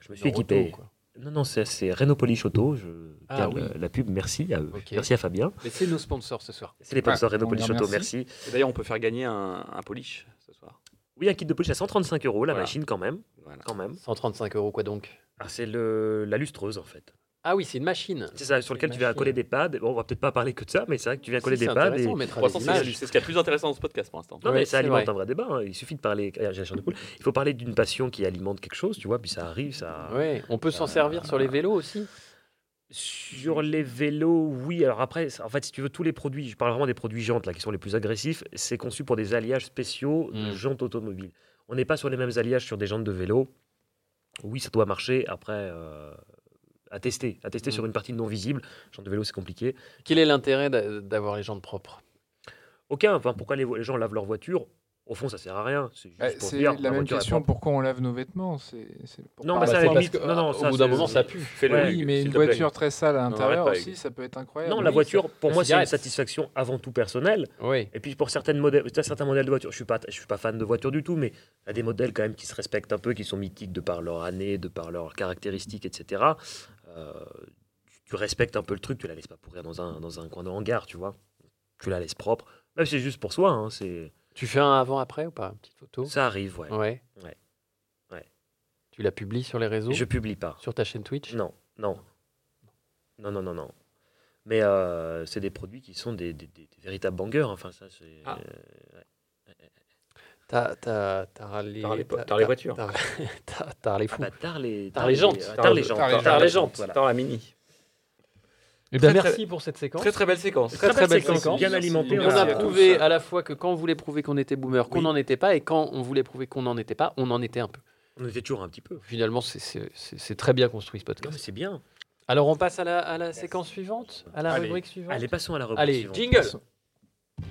B: je me suis équipé. Non, non, c'est- c'est Renault Polish Auto. Je
A: Ah,
B: garde
A: oui.
B: la- la pub. Merci à eux.
A: Ok.
B: Merci à Fabien.
A: Mais c'est nos sponsors ce soir.
B: C'est les sponsors
C: Ah,
B: Renault
C: on
B: Polish
C: leur
B: Auto.
C: merci.
B: Merci.
E: Et D'ailleurs, on peut faire gagner un, un polish ce soir.
B: Oui, un kit de polish à 135 euros, la
E: Voilà.
B: machine quand même.
E: Voilà.
B: Quand même.
A: 135 euros, quoi donc
B: Ah, c'est le- la lustreuse en fait.
A: Ah oui, c'est une machine.
B: C'est ça, sur lequel tu viens
A: machine.
B: coller des pads. Bon, on va peut-être pas parler que de ça, mais c'est vrai que tu viens coller
A: Si,
B: des
A: c'est
B: pads.
A: intéressant,
B: et-
A: on mettra des
E: 300, c'est
A: images.
E: c'est ce qu'il y a de plus intéressant dans ce podcast pour l'instant.
B: Non,
A: Ouais,
B: mais ça
A: c'est
B: alimente
A: vrai.
B: un vrai débat. hein. Il suffit de parler. Ah, j'ai la chair de poule. Il faut parler d'une passion qui alimente quelque chose, tu vois, puis ça arrive, ça.
A: Ouais, on peut s'en servir sur les vélos aussi.
B: Sur les vélos, oui. Alors après, ça- en fait, si tu veux, tous les produits, je parle vraiment des produits jantes, là, qui sont les plus agressifs, c'est conçu pour des alliages spéciaux de
A: Mm.
B: jantes automobiles. On n'est pas sur les mêmes alliages sur des jantes de vélo. Oui, ça doit marcher. Après, euh, à tester. À tester
A: Mm.
B: sur une partie non visible. Jante de vélo, c'est compliqué.
A: Quel est l'intérêt d'a- d'avoir les jambes propres
B: Aucun. Enfin, pourquoi les, vo- les gens lavent leur voiture Au fond, ça sert à rien. C'est juste
C: Eh,
B: pour
C: C'est
B: dire,
C: la
B: ma
C: même
B: voiture est
C: question
B: propre.
C: pourquoi on lave nos vêtements. c'est- c'est pour
B: Non,
C: pas
B: mais ça, à
C: la
B: la
C: fois-
B: limite, non, non,
A: euh, au
B: ça,
A: bout d'un
B: c'est-
A: moment, ça pue.
E: Fais
B: Ouais,
C: Oui, mais
E: s'il
C: une
E: te plaît.
C: voiture très sale à l'intérieur
E: arrête pas,
C: aussi, ça peut être incroyable.
B: Non, la
A: Oui,
B: voiture, pour
A: la
B: moi, c'est une
A: cigarette.
B: satisfaction avant tout personnelle.
A: Oui.
B: Et puis pour certaines modèles, t'as certains modèles de voitures, je suis pas, je suis pas fan de voitures du tout, mais il y a des modèles quand même qui se respectent un peu, qui sont mythiques de par leur année, de par leurs caractéristiques, etc. Euh, tu, tu respectes un peu le truc, tu la laisses pas pourrir dans un, dans un coin de hangar, tu vois. Tu la laisses propre. Même si c'est juste pour soi, hein, c'est
A: Tu fais un avant après ou pas Une petite photo
B: ça arrive, ouais.
A: Ouais.
B: Ouais. Ouais.
A: Tu la publies sur les réseaux
B: Et je publie pas.
A: Sur ta chaîne Twitch
B: Non, non. Non, non, non, non. Mais euh, c'est des produits qui sont des, des- des- des véritables bangers. hein. Enfin, ça, c'est.
A: Ah.
B: euh,
A: T'as t'as- t'as râlé-
E: T'as râlé-
A: t'as-
E: t'as les
A: t'as-
E: voitures.
A: t'as- T'as t'as râlé
B: Ah
A: fou.
B: bah, tard les,
A: Tard les jantes.
B: ah,
E: Tard
B: tard
E: les-
B: les jantes.
C: tard les
E: T'as
C: T'as
E: la
C: la
E: jante,
B: Voilà.
E: t'as la mini.
A: Eh
E: Très,
A: ben,
E: très-
A: merci pour cette séquence.
E: Très très belle séquence.
A: Très, très belle séquence.
B: Bien alimentée.
A: Et
B: hein.
A: on
B: Merci
A: a
B: à tous.
A: prouvé à la fois que quand on voulait prouver qu'on était boomer, qu'on
B: Oui.
A: n'en était pas, et quand on voulait prouver qu'on n'en était pas, on en était un peu.
B: On était toujours un petit peu.
A: Finalement, c'est- c'est c'est- c'est très bien construit ce
B: Non, mais
A: podcast.
B: c'est bien.
A: Alors, on passe à la, à la séquence suivante, à la
B: Allez.
A: rubrique suivante.
B: Allez, passons à la rubrique.
A: Allez,
B: suivante.
A: jingle
E: Il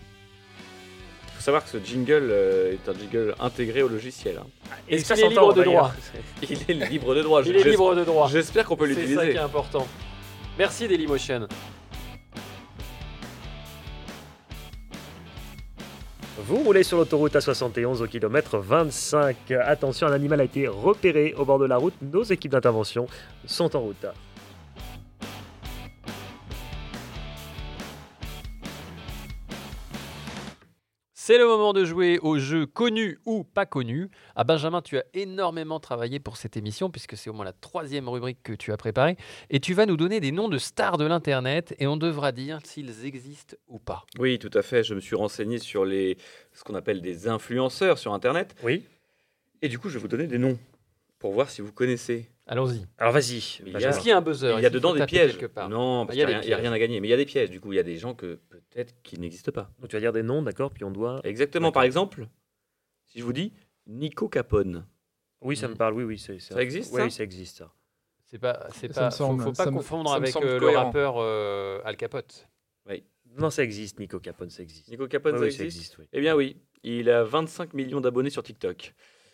E: faut savoir que ce jingle euh, est un jingle intégré au logiciel. hein.
A: Est-ce
B: Et ça
A: qu'il est
B: s'entend,
A: libre de
B: d'ailleurs.
A: droit
E: Il est libre de droit.
A: Il est
E: j'espère-
A: libre de droit.
E: J'espère qu'on peut
A: C'est ça qui est
E: l'utiliser.
A: important. Merci Dailymotion.
B: Vous roulez sur l'autoroute A71 au kilomètre 25. Attention, un animal a été repéré au bord de la route. Nos équipes d'intervention sont en route.
A: C'est le moment de jouer au jeu connu ou pas connu. Ah Benjamin, tu as énormément travaillé pour cette émission puisque c'est au moins la troisième rubrique que tu as préparée. Et tu vas nous donner des noms de stars de l'Internet et on devra dire s'ils existent ou pas.
E: Oui, tout à fait. Je me suis renseigné sur les ce qu'on appelle des influenceurs sur Internet.
B: Oui.
E: Et du coup, je vais vous donner des noms pour voir si vous connaissez.
A: Allons-y.
B: Alors vas-y.
D: Mais
B: Benjamin.
D: il y a-
A: Est-ce qu'il y a un buzzer
D: Il
A: Est-ce
D: y a
A: qu'il faut
D: dedans des
A: taper
D: pièges.
A: quelque part
D: Non,
E: Ah,
D: parce
A: Il y a
D: qu'il
A: des
D: y a- il n'y a,
A: pièges.
D: rien à gagner. Mais il y a des pièges, du coup. Il y a des gens que peut-être qui n'existent pas.
B: Donc tu vas dire des noms, d'accord, puis on doit.
D: Exactement. Par exemple, si je vous dis Nico Capone.
B: Oui, ça
A: Mm.
B: me parle. Oui, oui, c'est,
D: Ça existe,
B: Oui,
D: ça
B: ça existe. Ça.
A: C'est pas, c'est
C: Ça
A: pas.
C: me semble-
A: faut, faut pas
C: ça me-
A: confondre
C: ça me
A: avec
C: semble
A: euh, le
C: cohérent.
A: rappeur euh, Al Capote.
B: Non, ça existe. Nico Capone, ça existe.
D: Nico Capone,
B: Oui,
D: ça
B: oui,
D: existe
B: oui.
D: Eh bien oui, il a 25 millions d'abonnés sur TikTok.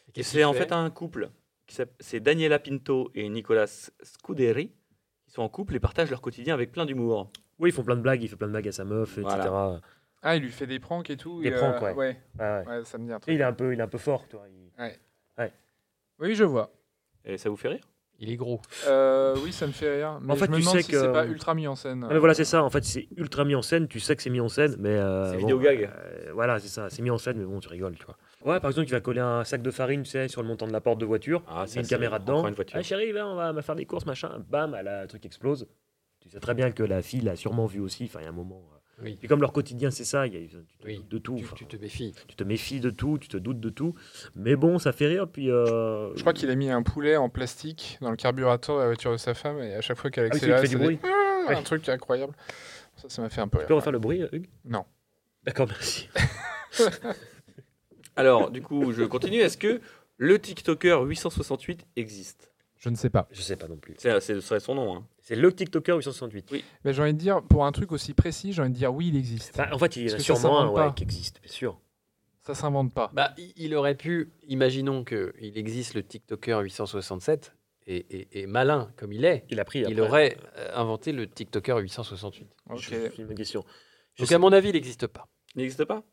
D: Et
A: Qu'est-ce
D: c'est
A: qu'il
D: en
A: fait
D: fait un couple. qui s'appelle- C'est Daniela Pinto et Nicolas Scuderi. Ils sont en couple et partagent leur quotidien avec plein d'humour.
B: Oui, ils font plein de blagues. Il fait plein de blagues à sa meuf,
D: Voilà.
B: etc.
C: Ah, il lui fait des pranks et tout.
B: Des
C: et, euh,
B: pranks, ouais.
C: ouais.
B: Ah, ouais.
C: Ouais, ça me dit un
B: Tu sais,
C: truc.
B: Il est un peu, il est un peu fort, toi. Il-
C: Oui, je vois.
D: Et ça vous fait rire
A: Il est gros.
C: Euh, oui, ça me fait rire. Mais
B: En fait,
C: je me
B: tu
C: demande
B: sais
C: si
B: que-
C: c'est pas ultra mis en scène.
B: Ah, mais voilà, c'est ça. En fait, c'est ultra mis en scène. Tu sais que c'est mis en scène, mais. euh,
D: C'est vidéo gag.
B: euh, voilà, c'est ça. C'est mis en scène, mais bon, tu rigoles, tu vois. Ouais, par exemple, tu vas coller un sac de farine, tu sais, sur le montant de la porte de voiture.
D: Ah,
B: Il y
D: ça,
B: a une
D: c'est
B: caméra
D: encore
B: dedans.
D: une voiture.
B: Ah, chérie, va, on va faire des courses, machin. Bam, ah, là, le truc explose. Tu sais très bien que la fille l'a sûrement vu aussi. Enfin, il y a un moment. euh.
A: Oui.
B: Puis comme leur quotidien, c'est ça, il y a, tu te
A: Oui.
B: doutes de tout.
A: Tu,
B: enfin,
A: tu te méfies.
B: tu te méfies de tout, tu te doutes de tout. Mais bon, ça fait rire. Puis. euh,
C: Je crois qu'il a mis un poulet en plastique dans le carburateur de la voiture de sa femme et à chaque fois qu'elle
B: Ah oui, celui qui
C: accélère,
B: fait du
C: ça fait
B: bruit.
C: un truc incroyable. Ça, ça m'a fait un peu
B: Tu
C: rire.
B: peux refaire le bruit, euh, Hugues
C: Non.
B: D'accord, merci.
D: Alors, du coup, je continue. Est-ce que le TikToker 868 existe
C: Je ne sais pas.
B: Je sais pas non plus.
D: C'est- c'est- Ce serait son nom. hein.
B: C'est le TikToker 868.
C: Mais j'ai envie de dire, pour un truc aussi précis, j'ai envie de dire oui, il existe.
B: Bah, en fait, il y en a
C: Parce que ça
B: sûrement un
C: s'invente
B: ouais,
C: pas.
B: qui existe, bien sûr.
C: Ça s'invente pas.
A: Bah, il, il aurait pu. Imaginons que il existe le TikToker 867 et, et- et malin comme il est,
B: Il a pris.
A: il
B: après.
A: aurait euh, inventé le TikToker 868.
C: Ok.
B: Je- C'est une question. Je
A: Donc
B: sais-
A: à mon avis, il n'existe pas.
D: Il n'existe pas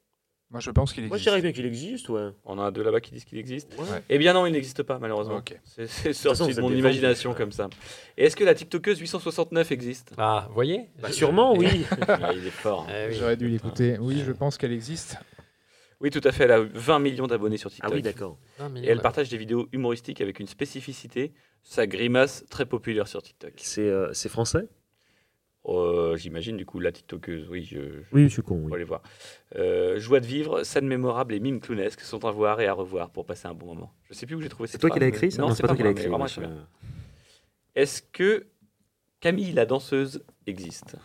C: Moi, je pense qu'il
B: Moi, je
C: existe.
B: dirais bien qu'il existe, ouais.
D: On en a deux là-bas qui disent qu'il existe.
C: Ouais.
D: Eh bien non, il n'existe pas malheureusement.
C: Ok.
D: C'est- C'est
B: toute façon,
D: sorti
B: vous
D: de
B: êtes
D: mon
B: des
D: imagination
B: vendus.
D: comme ça. Et est-ce que la TikTokeuse 869 existe
A: Ah, vous voyez
B: Bah, sûrement, oui.
D: Ah, Il est fort. hein.
A: Eh oui.
C: J'aurais dû l'écouter. Oui, je pense qu'elle existe.
D: Oui, tout à fait. Elle a 20 millions d'abonnés sur
B: ah
D: TikTok.
B: oui, d'accord.
A: Un million
D: Et elle
A: d'abonnés.
D: partage des vidéos humoristiques avec une spécificité, sa grimace très populaire sur TikTok.
B: C'est euh, c'est français
D: Euh, J'imagine du coup la TikTokeuse, oui, je, je
B: Oui, je suis con.
D: vais aller voir. Euh, joie de vivre, scènes mémorables et mimes clownesques sont à voir et à revoir pour passer un bon moment. Je sais plus où j'ai trouvé
B: C'est
D: cette
B: toi qui l'as
D: phrase, mais-
B: écrit ça
D: Non, c'est pas,
B: toi
D: moi,
B: qui
D: mais
B: l'as
D: vraiment,
B: écrit.
D: je sais bien.
B: machin.
D: Est-ce que Camille la danseuse existe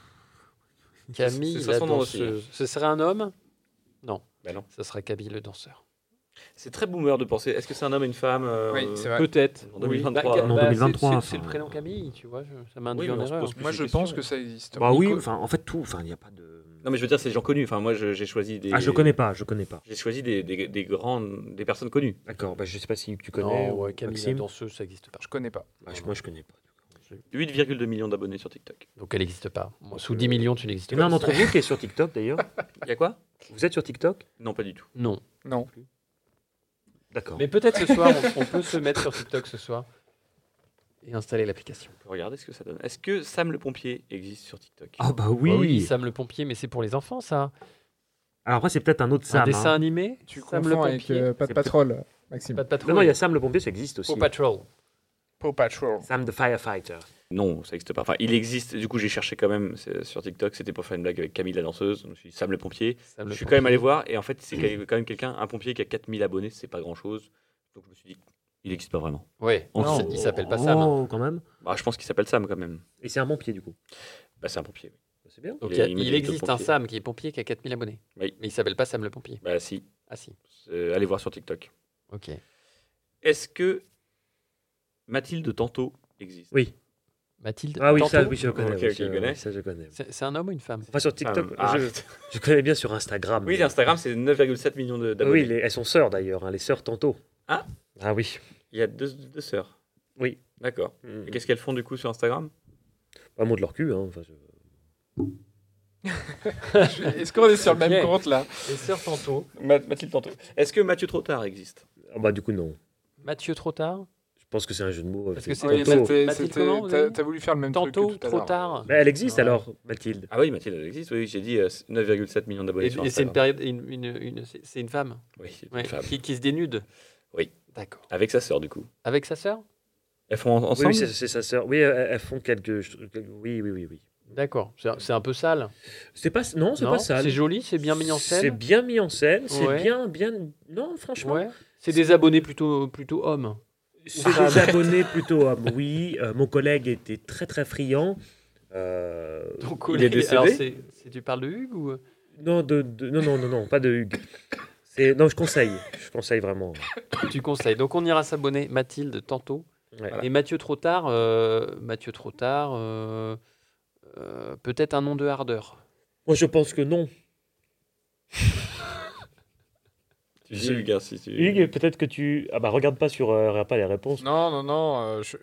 A: Camille,
D: C'est ça
A: la
D: son nom aussi,
A: danseuse. Ce serait un homme hein. Non.
D: Bah non.
A: Ce serait Camille le danseur.
D: C'est très boomer de penser. Est-ce que c'est un homme et une femme euh,
C: Oui, c'est vrai.
A: Peut-être.
D: En 2023.
A: Bah,
D: Non,
A: bah, c'est-
B: 2023,
A: c'est-
B: enfin.
A: C'est le prénom Camille, tu vois. je- ça m'a
D: hein. Oui,
A: induit
D: mais
A: en
D: on se
A: erreur.
D: pose plus
C: Moi,
D: de
C: je
D: questions.
C: pense que ça existe.
B: Bah oui,
C: Nico-
B: enfin, en fait, tout. Enfin, il n'y a pas de.
D: Non, mais je veux dire, c'est des gens connus. Enfin, moi, je- j'ai choisi des.
B: Ah, je connais pas, je connais pas.
D: J'ai choisi des, des, des grandes, des personnes connues.
B: D'accord, bah, je sais pas si tu connais.
A: Non,
B: ou
A: ouais, Camille la
B: Maxime.
A: danseuse, ça n'existe pas.
C: Je connais pas.
B: Bah, je- Moi, je connais pas.
D: 8,2 millions d'abonnés sur TikTok.
A: Donc elle n'existe pas. Moi, sous 10 millions, tu n'existes
B: Il y en a
A: pas.
B: un d'entre vous qui est sur TikTok d'ailleurs.
D: Il y a quoi
B: Vous êtes sur TikTok
D: Non, pas du tout.
A: Non.
B: D'accord.
A: Mais peut-être ce soir, on, on peut se mettre sur TikTok ce soir et installer l'application.
D: On peut regarder ce que ça donne. Est-ce que Sam le pompier existe sur TikTok
B: Ah, bah
A: Bah
B: oui.
A: Sam le pompier, mais c'est pour les enfants, ça.
B: Alors après, c'est peut-être un autre Sam.
A: un
B: hein.
A: dessin animé.
C: Tu
A: Sam
C: confonds
A: le
C: avec
A: pompier.
C: euh, Pat
B: C'est-
C: Patrol, Maxime.
A: Pas de patrouille.
B: Non, non, il y a Sam le pompier, ça existe aussi.
A: Paw Patrol.
C: Paw Patrol.
B: Sam the firefighter.
D: Non, ça n'existe pas. Enfin, il existe. Du coup, j'ai cherché quand même c'est- sur TikTok. C'était pour faire une blague avec Camille la danseuse. Je me suis dit, Sam le pompier.
A: Sam
D: je
A: le
D: suis
A: pompier.
D: quand même allé voir. Et en fait, c'est quel- quand même quelqu'un, un pompier qui a 4000 abonnés. C'est pas grand-chose. Donc, je me suis dit, il n'existe pas vraiment.
A: Ouais.
D: On
A: non,
D: sait-
A: il s'appelle pas Sam. hein.
B: Oh, quand même.
D: Bah, je pense qu'il s'appelle Sam quand même.
B: Et c'est un pompier du coup.
D: Bah, c'est un pompier. oui.
B: C'est bien.
A: Donc,
D: Il
A: il, y a-
D: est- il met
A: il
D: des
A: existe
D: pompiers.
A: un Sam qui est pompier qui a 4000 abonnés.
D: Oui.
A: Mais il s'appelle pas Sam le pompier.
D: Bah, si.
A: Ah si.
D: Euh, allez voir sur TikTok.
A: Ok.
D: Est-ce que Mathilde Tanto existe
B: Oui.
A: Mathilde.
B: Ah oui,
A: Tanto
B: ça, oui, je connais.
D: Ok,
B: oui,
D: ok,
B: ça,
D: il connaît.
B: oui, ça, je connais.
A: C'est c'est un homme ou une femme
B: Enfin, sur TikTok,
D: Ah,
B: je,
D: arrête.
B: je connais bien sur Instagram.
D: Oui,
B: mais-
D: Instagram, c'est 9,7 millions de- d'abonnés.
B: Oui, les- elles sont sœurs d'ailleurs, hein, les sœurs tantôt.
D: Ah.
B: Ah oui.
D: Il y a deux, deux sœurs.
B: Oui.
D: D'accord. Et
B: Pas
D: qu'est-ce qu'elles font du coup sur Instagram
B: mot de leur cul. Hein. enfin, je-
C: Est-ce qu'on est sur le
A: Ok.
C: même compte là
A: Les sœurs Tanto.
D: Mathilde Tantôt. Est-ce que Mathieu Trottard existe
B: Ah bah du coup, non.
A: Mathieu trop tard.
B: Je pense que c'est un jeu de mots.
A: Parce
B: euh,
A: que c'est-
C: Oui,
B: Tantôt.
A: Mathilde-
C: c'était-
A: Mathilde,
C: c'était-
A: comment, vous
C: t'as-
A: avez dit
C: T'as voulu faire le même
A: Tantôt,
C: truc que tout à
A: trop
C: l'heure.
A: tard.
B: Mais Bah, elle existe
A: Ouais.
B: alors, Mathilde.
D: Ah oui, Mathilde elle existe. Oui, j'ai dit euh, 9,7 millions
A: Et,
D: d'abonnés sur
A: et c'est une
D: Instagram.
A: période, une, une- une- c'est c'est une femme,
D: Oui, c'est une
A: ouais,
D: femme.
A: Qui, qui se dénude.
D: Oui.
A: D'accord.
D: Avec sa sœur du coup.
A: Avec sa sœur
D: Elles font en-
B: Oui,
D: ensemble
B: oui, c'est c'est sa sœur. Oui, euh, elles font quelques. quelques- Oui, oui, oui, oui.
A: D'accord. C'est c'est un peu sale.
B: C'est pas. Non, c'est
A: Non,
B: pas ça.
A: C'est joli, c'est bien mis en
B: C'est
A: scène.
B: bien mis en scène. C'est
A: Ouais.
B: bien, bien. Non, franchement.
A: Ouais. C'est des abonnés plutôt, plutôt hommes.
B: C'est des abonnés plutôt à oui. euh, mon collègue était très très friand. Euh,
A: Ton
B: il est
A: collègue-
B: décédé
A: alors, c'est- c'est- tu parles de Hugues ou euh,
B: non, de, de- non, non, non, non, pas de Hugues. C'est- Non, je conseille. Je conseille vraiment.
A: tu conseilles Donc on ira s'abonner, Mathilde, tantôt.
B: Ouais.
A: Et Mathieu trop tard, euh, Mathieu trop tard, euh, euh, peut-être un nom de hardeur.
B: Moi, je pense que non.
D: Tu dis Hugues, hein, si tu...
B: Hugues, peut-être que tu. Ah bah, regarde pas sur. euh, regarde pas les réponses.
C: Non, non, non. euh, je...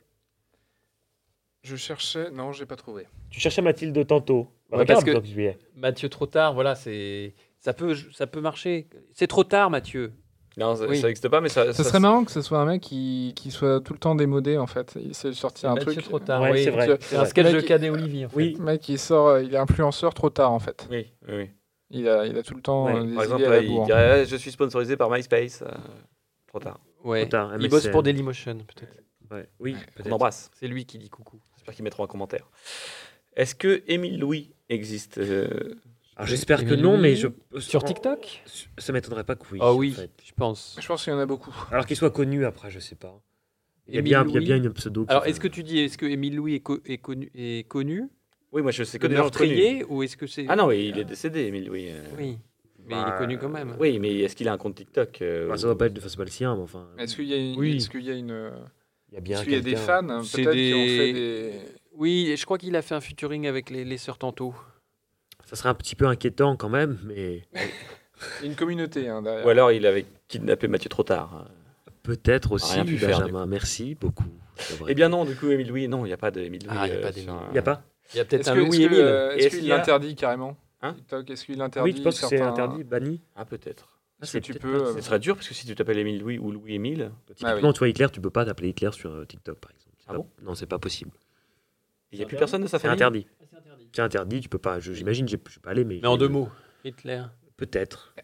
C: je cherchais. Non, j'ai pas trouvé.
B: Tu cherchais Mathilde tantôt. Bah,
A: Ouais,
B: regarde,
A: parce que-
B: toi, tu y es.
A: Mathieu trop tard, voilà, c'est ça peut ça peut marcher. C'est trop tard, Mathieu.
D: Non, ça
A: Oui.
D: n'existe pas, mais ça.
C: Ce serait marrant que ce soit un mec qui, qui soit tout le temps démodé, en fait. Il sait sortir un
A: Mathieu
C: truc.
A: trop tard.
B: Ouais,
A: oui.
B: c'est vrai.
C: tu-
A: C'est
B: c'est
A: un
B: vrai.
A: sketch
C: Le
A: de
C: mec qui-
A: Cadet Olivier. en fait.
B: Oui,
C: Le mec, il sort, euh, il est influenceur trop tard, en fait.
D: Oui, oui, oui.
C: Il a, il a tout le temps
B: Ouais,
C: euh, des
D: Par exemple,
C: idées à la
D: il
C: bourre.
D: dirait Ah, Je suis sponsorisé par MySpace. euh, trop tard.
A: Ouais.
B: trop tard,
A: Il bosse
B: MSN.
A: pour Dailymotion, peut-être.
B: ah, Ouais. Oui,
D: On
B: peut-être.
D: embrasse.
A: C'est lui qui dit coucou.
D: J'espère qu'ils mettront un commentaire. Est-ce que Émile Louis existe euh,
B: Alors, Ah, J'espère que non, mais je.
A: Sur TikTok
B: Ça m'étonnerait pas que oui.
A: Ah
B: en
A: oui,
B: fait.
A: je pense.
C: Je pense qu'il y en a beaucoup.
B: Alors qu'il soit connu après, je sais pas. Il y a
A: Émile
B: bien, il y a
A: Louis.
B: bien une pseudo. qui
A: Alors,
B: fait-
A: est-ce que tu dis, est-ce que Émile Louis est, co- est connu, est connu
D: Oui, moi je sais que
A: le
D: des gens connus.
A: meurtrier ou est-ce que c'est
D: Ah non, oui, il est décédé, Émile Louis. euh.
A: Oui, mais il
B: Bah,
A: est connu quand même.
D: Oui, mais est-ce qu'il a un compte TikTok euh,
B: Bah, ça doit pas être, enfin, c'est pas le sien, mais enfin.
C: Est-ce qu'il y a une.
A: Oui.
C: Est-ce qu'il y a une. euh,
B: Il y a bien.
C: Est-ce qu'il y a des
B: quelqu'un.
C: fans, hein,
A: C'est
C: peut-être, qui ont fait
A: des-
C: des.
A: Oui, et je crois qu'il a fait un featuring avec les, les sœurs tantôt.
B: Ça serait un petit peu inquiétant quand même, mais
C: Il y a une communauté hein, derrière.
D: Ou alors il avait kidnappé Mathieu trop tard. hein.
B: peut-être aussi.
D: Rien pu faire,
B: Benjamin, merci beaucoup. C'est vrai.
D: Eh bien non, du coup, Émile Louis, non, il n'y a pas d'Émile Louis.
A: Ah, il y a
D: euh,
A: pas
D: sur
A: d'Émile.
D: un-
B: Il y a pas.
A: Il y a peut-être
C: Est-ce
A: un
C: que-
A: Louis
C: est-ce que,
A: Émile.
C: euh,
D: Et
C: Est-ce
D: est-ce
C: qu'il
D: qu'il y a-
C: l'interdit carrément
D: Hein
C: TikTok, est-ce qu'il interdit
B: Oui, tu penses que c'est
C: certains-
B: interdit, banni.
D: Ah, peut-être.
B: Ah,
C: Est-ce que
B: c'est
C: tu
B: peut-être
C: peux.
B: pas-
C: euh,
D: Ce serait dur parce que si tu t'appelles Émile Louis ou Louis Émile,
C: Ah oui.
B: Typiquement, tu vois Hitler, tu peux pas t'appeler Hitler sur euh, TikTok, par exemple. C'est
D: Ah
B: pas-
D: bon
B: Non, c'est pas possible.
D: il n'y a plus personne de sa
B: Ah, C'est
D: famille.
B: interdit. Ah, C'est interdit. Tu peux pas. je- J'imagine, j'ai- je suis pas allé, mais.
A: Mais en deux mots. Hitler.
B: Peut-être.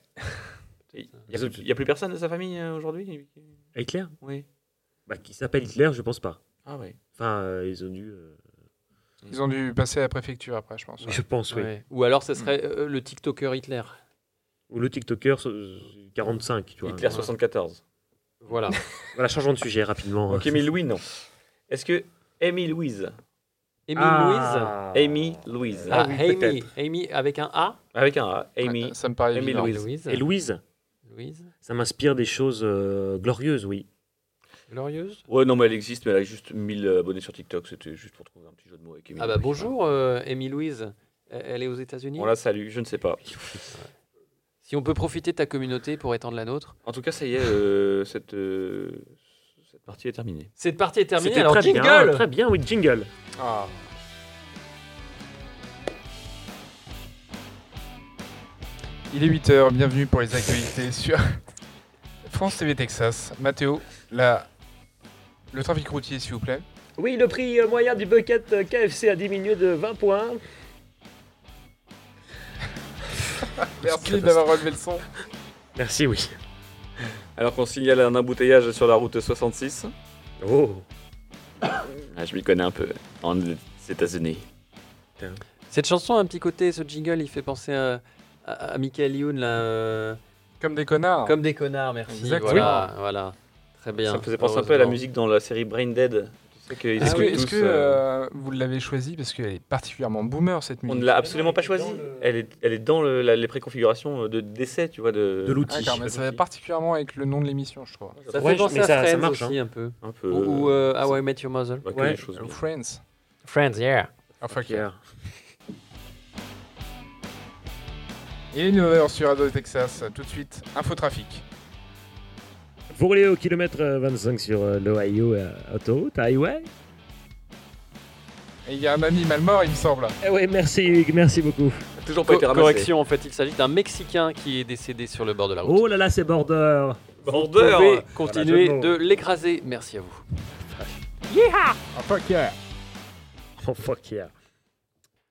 D: Il n'y a, plus personne de sa famille euh, aujourd'hui
B: Ah, Hitler.
D: Oui.
B: Bah, qui s'appelle Hitler, je pense pas.
D: Ah oui.
B: Enfin, euh, ils ont dû. euh,
C: Ils ont dû passer à la préfecture après, je pense.
B: Je pense, oui.
A: Ouais. Ou alors, ça serait euh, le TikToker Hitler.
B: Ou le TikToker euh, 45, tu vois.
D: Hitler 74.
A: Voilà.
B: Voilà, changeons de sujet rapidement.
D: Donc Émile Louis, non. Est-ce que Amy Louise
A: Émile
B: Louise
D: Amy Louise.
A: Louise. Ah,
D: Ah,
A: Amy. Amy avec un A.
D: Avec un A.
C: Ah,
D: Amy.
C: Ça me paraît
D: Amy
C: évident.
D: Louise.
B: Et Louise,
A: Louise.
B: ça m'inspire des choses euh, glorieuses, oui.
A: Glorieuse.
D: Ouais, non, mais elle existe, mais elle a juste 1000 abonnés sur TikTok. C'était juste pour trouver un petit jeu de mots avec Amy
A: Ah bah
D: Louise.
A: bonjour, euh, Amy Louise. Euh, Elle est aux États-Unis.
D: On la salue, je ne sais pas.
A: Si on peut profiter de ta communauté pour étendre la nôtre.
D: En tout cas, ça y est, euh, cette, euh, cette partie est terminée.
A: Cette partie est terminée.
B: C'était
A: Alors,
B: très
A: jingle
B: bien, très bien, oui, jingle.
C: Ah. Il est 8h, bienvenue pour les actualités sur France TV Texas. Mathéo, la... le trafic routier s'il vous plaît.
B: Oui, le prix euh, moyen du bucket KFC a diminué de 20 points.
C: Merci d'avoir relevé le son.
B: Merci, oui.
D: Alors qu'on signale un embouteillage sur la route 66.
B: Oh,
D: Ah, je m'y connais un peu. En États-Unis.
A: Cette chanson a un petit côté, ce jingle, il fait penser à, à, à Michael Youn, là, euh,
C: Comme des connards.
A: comme des connards, merci.
C: Exactement.
A: Voilà, voilà. Très bien.
D: Ça me faisait penser un peu à la
A: heureusement.
D: musique dans la série Brain Dead. Tu sais qu'ils
C: Est-ce
D: sont
C: que,
D: tous,
C: est-ce que,
D: euh,
C: euh, vous l'avez choisie parce qu'elle est particulièrement boomer cette
D: On
C: musique
D: ne l'a absolument pas choisie. Elle est, elle est dans le- la- les préconfigurations euh, de d'essai, tu vois, de,
B: de l'outil.
C: D'accord, mais ça va particulièrement avec le nom de l'émission, je crois.
A: Ça fait
B: Ouais,
A: penser
B: mais
A: à
B: ça- ça
A: Friends
B: marche,
A: aussi un peu.
D: un peu.
A: Ou ou, euh, How I Met Your Mother.
D: ouais, que
B: ouais.
D: des choses, mais-
C: Friends.
A: Friends, yeah.
C: Enfin,
B: Pierre.
C: Il est 9h sur Radio Texas. Tout de suite, infotrafic.
B: Vous roulez au kilomètre euh, 25 sur euh, l'Ohio euh, Autoroute, Highway
C: Et il y a un ami mal mort, il me semble.
B: Eh oui, merci, Hugues, merci beaucoup.
D: toujours pas
A: Co-
D: été ramassé.
A: correction, en fait, il s'agit d'un Mexicain qui est décédé sur le bord de la route.
B: Oh là là, c'est border
A: Vous
D: Bordeur
A: pouvez continuer
B: Voilà,
A: de
B: je
A: l'écraser. Merci à vous.
C: Enfin, yeah.
B: Oh fuck yeah.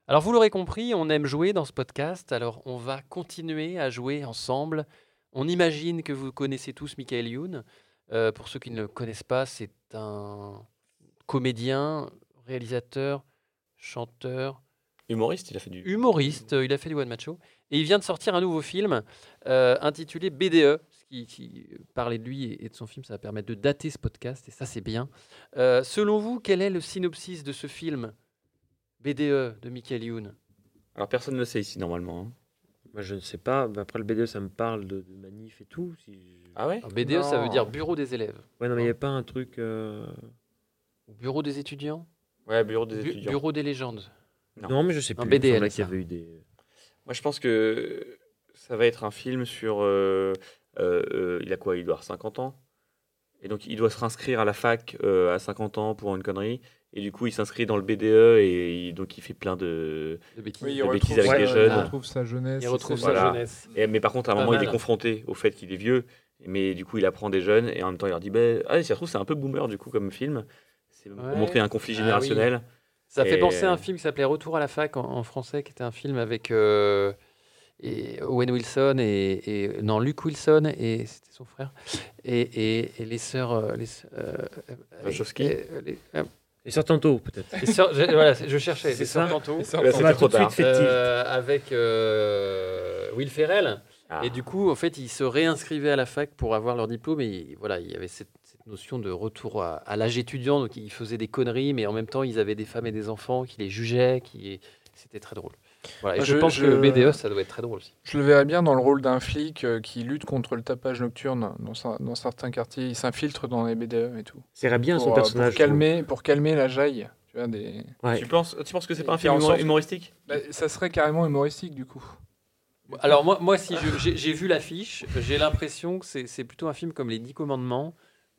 A: Alors, vous l'aurez compris, on aime jouer dans ce podcast. Alors, on va continuer à jouer ensemble. On imagine que vous connaissez tous Michael Youn. Euh, pour ceux qui ne le connaissent pas, c'est un comédien, réalisateur, chanteur,
D: Humoriste, il a fait du.
A: humoriste. Euh, Il a fait du one-man show. Et il vient de sortir un nouveau film euh, intitulé BDE, ce qui, qui parlait de lui et- et de son film, ça va permettre de dater ce podcast, et ça c'est bien. Euh, selon vous, quel est le synopsis de ce film BDE de Michael Youn
D: Alors personne ne le sait ici normalement. hein.
B: Moi, je ne sais pas. mais Après, le BDE, ça me parle de, de manif et tout. si je-
D: Ah ouais
A: Alors, BDE, E, ça veut
C: Non.
A: dire bureau des élèves,
B: Ouais, non, mais il n'y a pas un truc. euh,
A: ou bureau des étudiants,
D: Ouais, bureau des
A: Bu-
D: étudiants.
A: bureau des légendes.
D: Non.
B: Non. mais je sais plus.
A: Un
B: Il me
A: BDL,
B: semblait qu'il y
A: ça.
B: avait eu des.
D: Moi je pense que ça va être un film sur... euh, euh, euh, il a quoi Il doit avoir 50 ans et donc il doit se réinscrire à la fac euh, à 50 ans pour une connerie. Et du coup il s'inscrit dans le BDE et il- donc il fait plein de...
A: De Becky.
C: Oui,
D: Des
C: il retrouve,
D: bêtises avec
C: sa-
D: des
C: il
D: jeunes.
C: retrouve sa jeunesse.
A: Il
C: et
A: retrouve
C: ses-
A: sa
D: Voilà.
A: jeunesse.
D: Et- mais par contre à un
A: Pas
D: moment il
A: mal.
D: est confronté au fait qu'il est vieux. Mais du coup il apprend des jeunes et en même temps il leur dit... ben ah si ça se trouve c'est un peu boomer du coup comme film. C'est pour
A: Ouais.
D: montrer un
A: Ah
D: conflit
A: oui.
D: générationnel.
A: Ça fait
D: Et-
A: penser à un film qui s'appelait Retour à la fac en, en français, qui était un film avec euh, et Owen Wilson et, et- non Luke Wilson et c'était son frère et, et- et les sœurs euh, les sœurs, euh, euh,
D: Wachowski.
A: et- euh, les- euh,
B: Et certains taux, peut-être.
A: les sœurs- je, voilà, je cherchais
B: C'est
A: les sœurs
B: ça.
A: Canto
C: Il sort-
D: Là,
B: On
D: c'était
B: va
D: trop
B: tout de
D: tard.
B: suite fait tilt.
A: euh, avec euh, Will Ferrell
D: Ah.
A: et du coup en fait ils se réinscrivaient à la fac pour avoir leur diplôme et ils- voilà il y avait cette, cette notion de retour à, à l'âge étudiant donc ils faisaient des conneries mais en même temps ils avaient des femmes et des enfants qui les jugeaient qui c'était très drôle voilà, et
C: Moi,
A: je,
C: je-
A: pense
C: je-
A: que le BDE ça doit être très drôle aussi
C: Je le verrais bien dans le rôle d'un flic euh, qui lutte contre le tapage nocturne dans, sa- dans certains quartiers. Il s'infiltre dans les BDE et tout.
B: C'est bien à
C: Pour,
B: son
C: euh,
B: personnage.
C: pour calmer, pour calmer la jaille. Tu vois, des...
B: Ouais.
D: Tu penses, tu penses que c'est pas un
C: Faire
D: film
C: en sorte-
D: humoristique
C: Bah, ça serait carrément humoristique du coup.
A: alors moi, moi si je- j'ai j'ai vu l'affiche j'ai l'impression que c'est c'est plutôt un film comme les Dix Commandements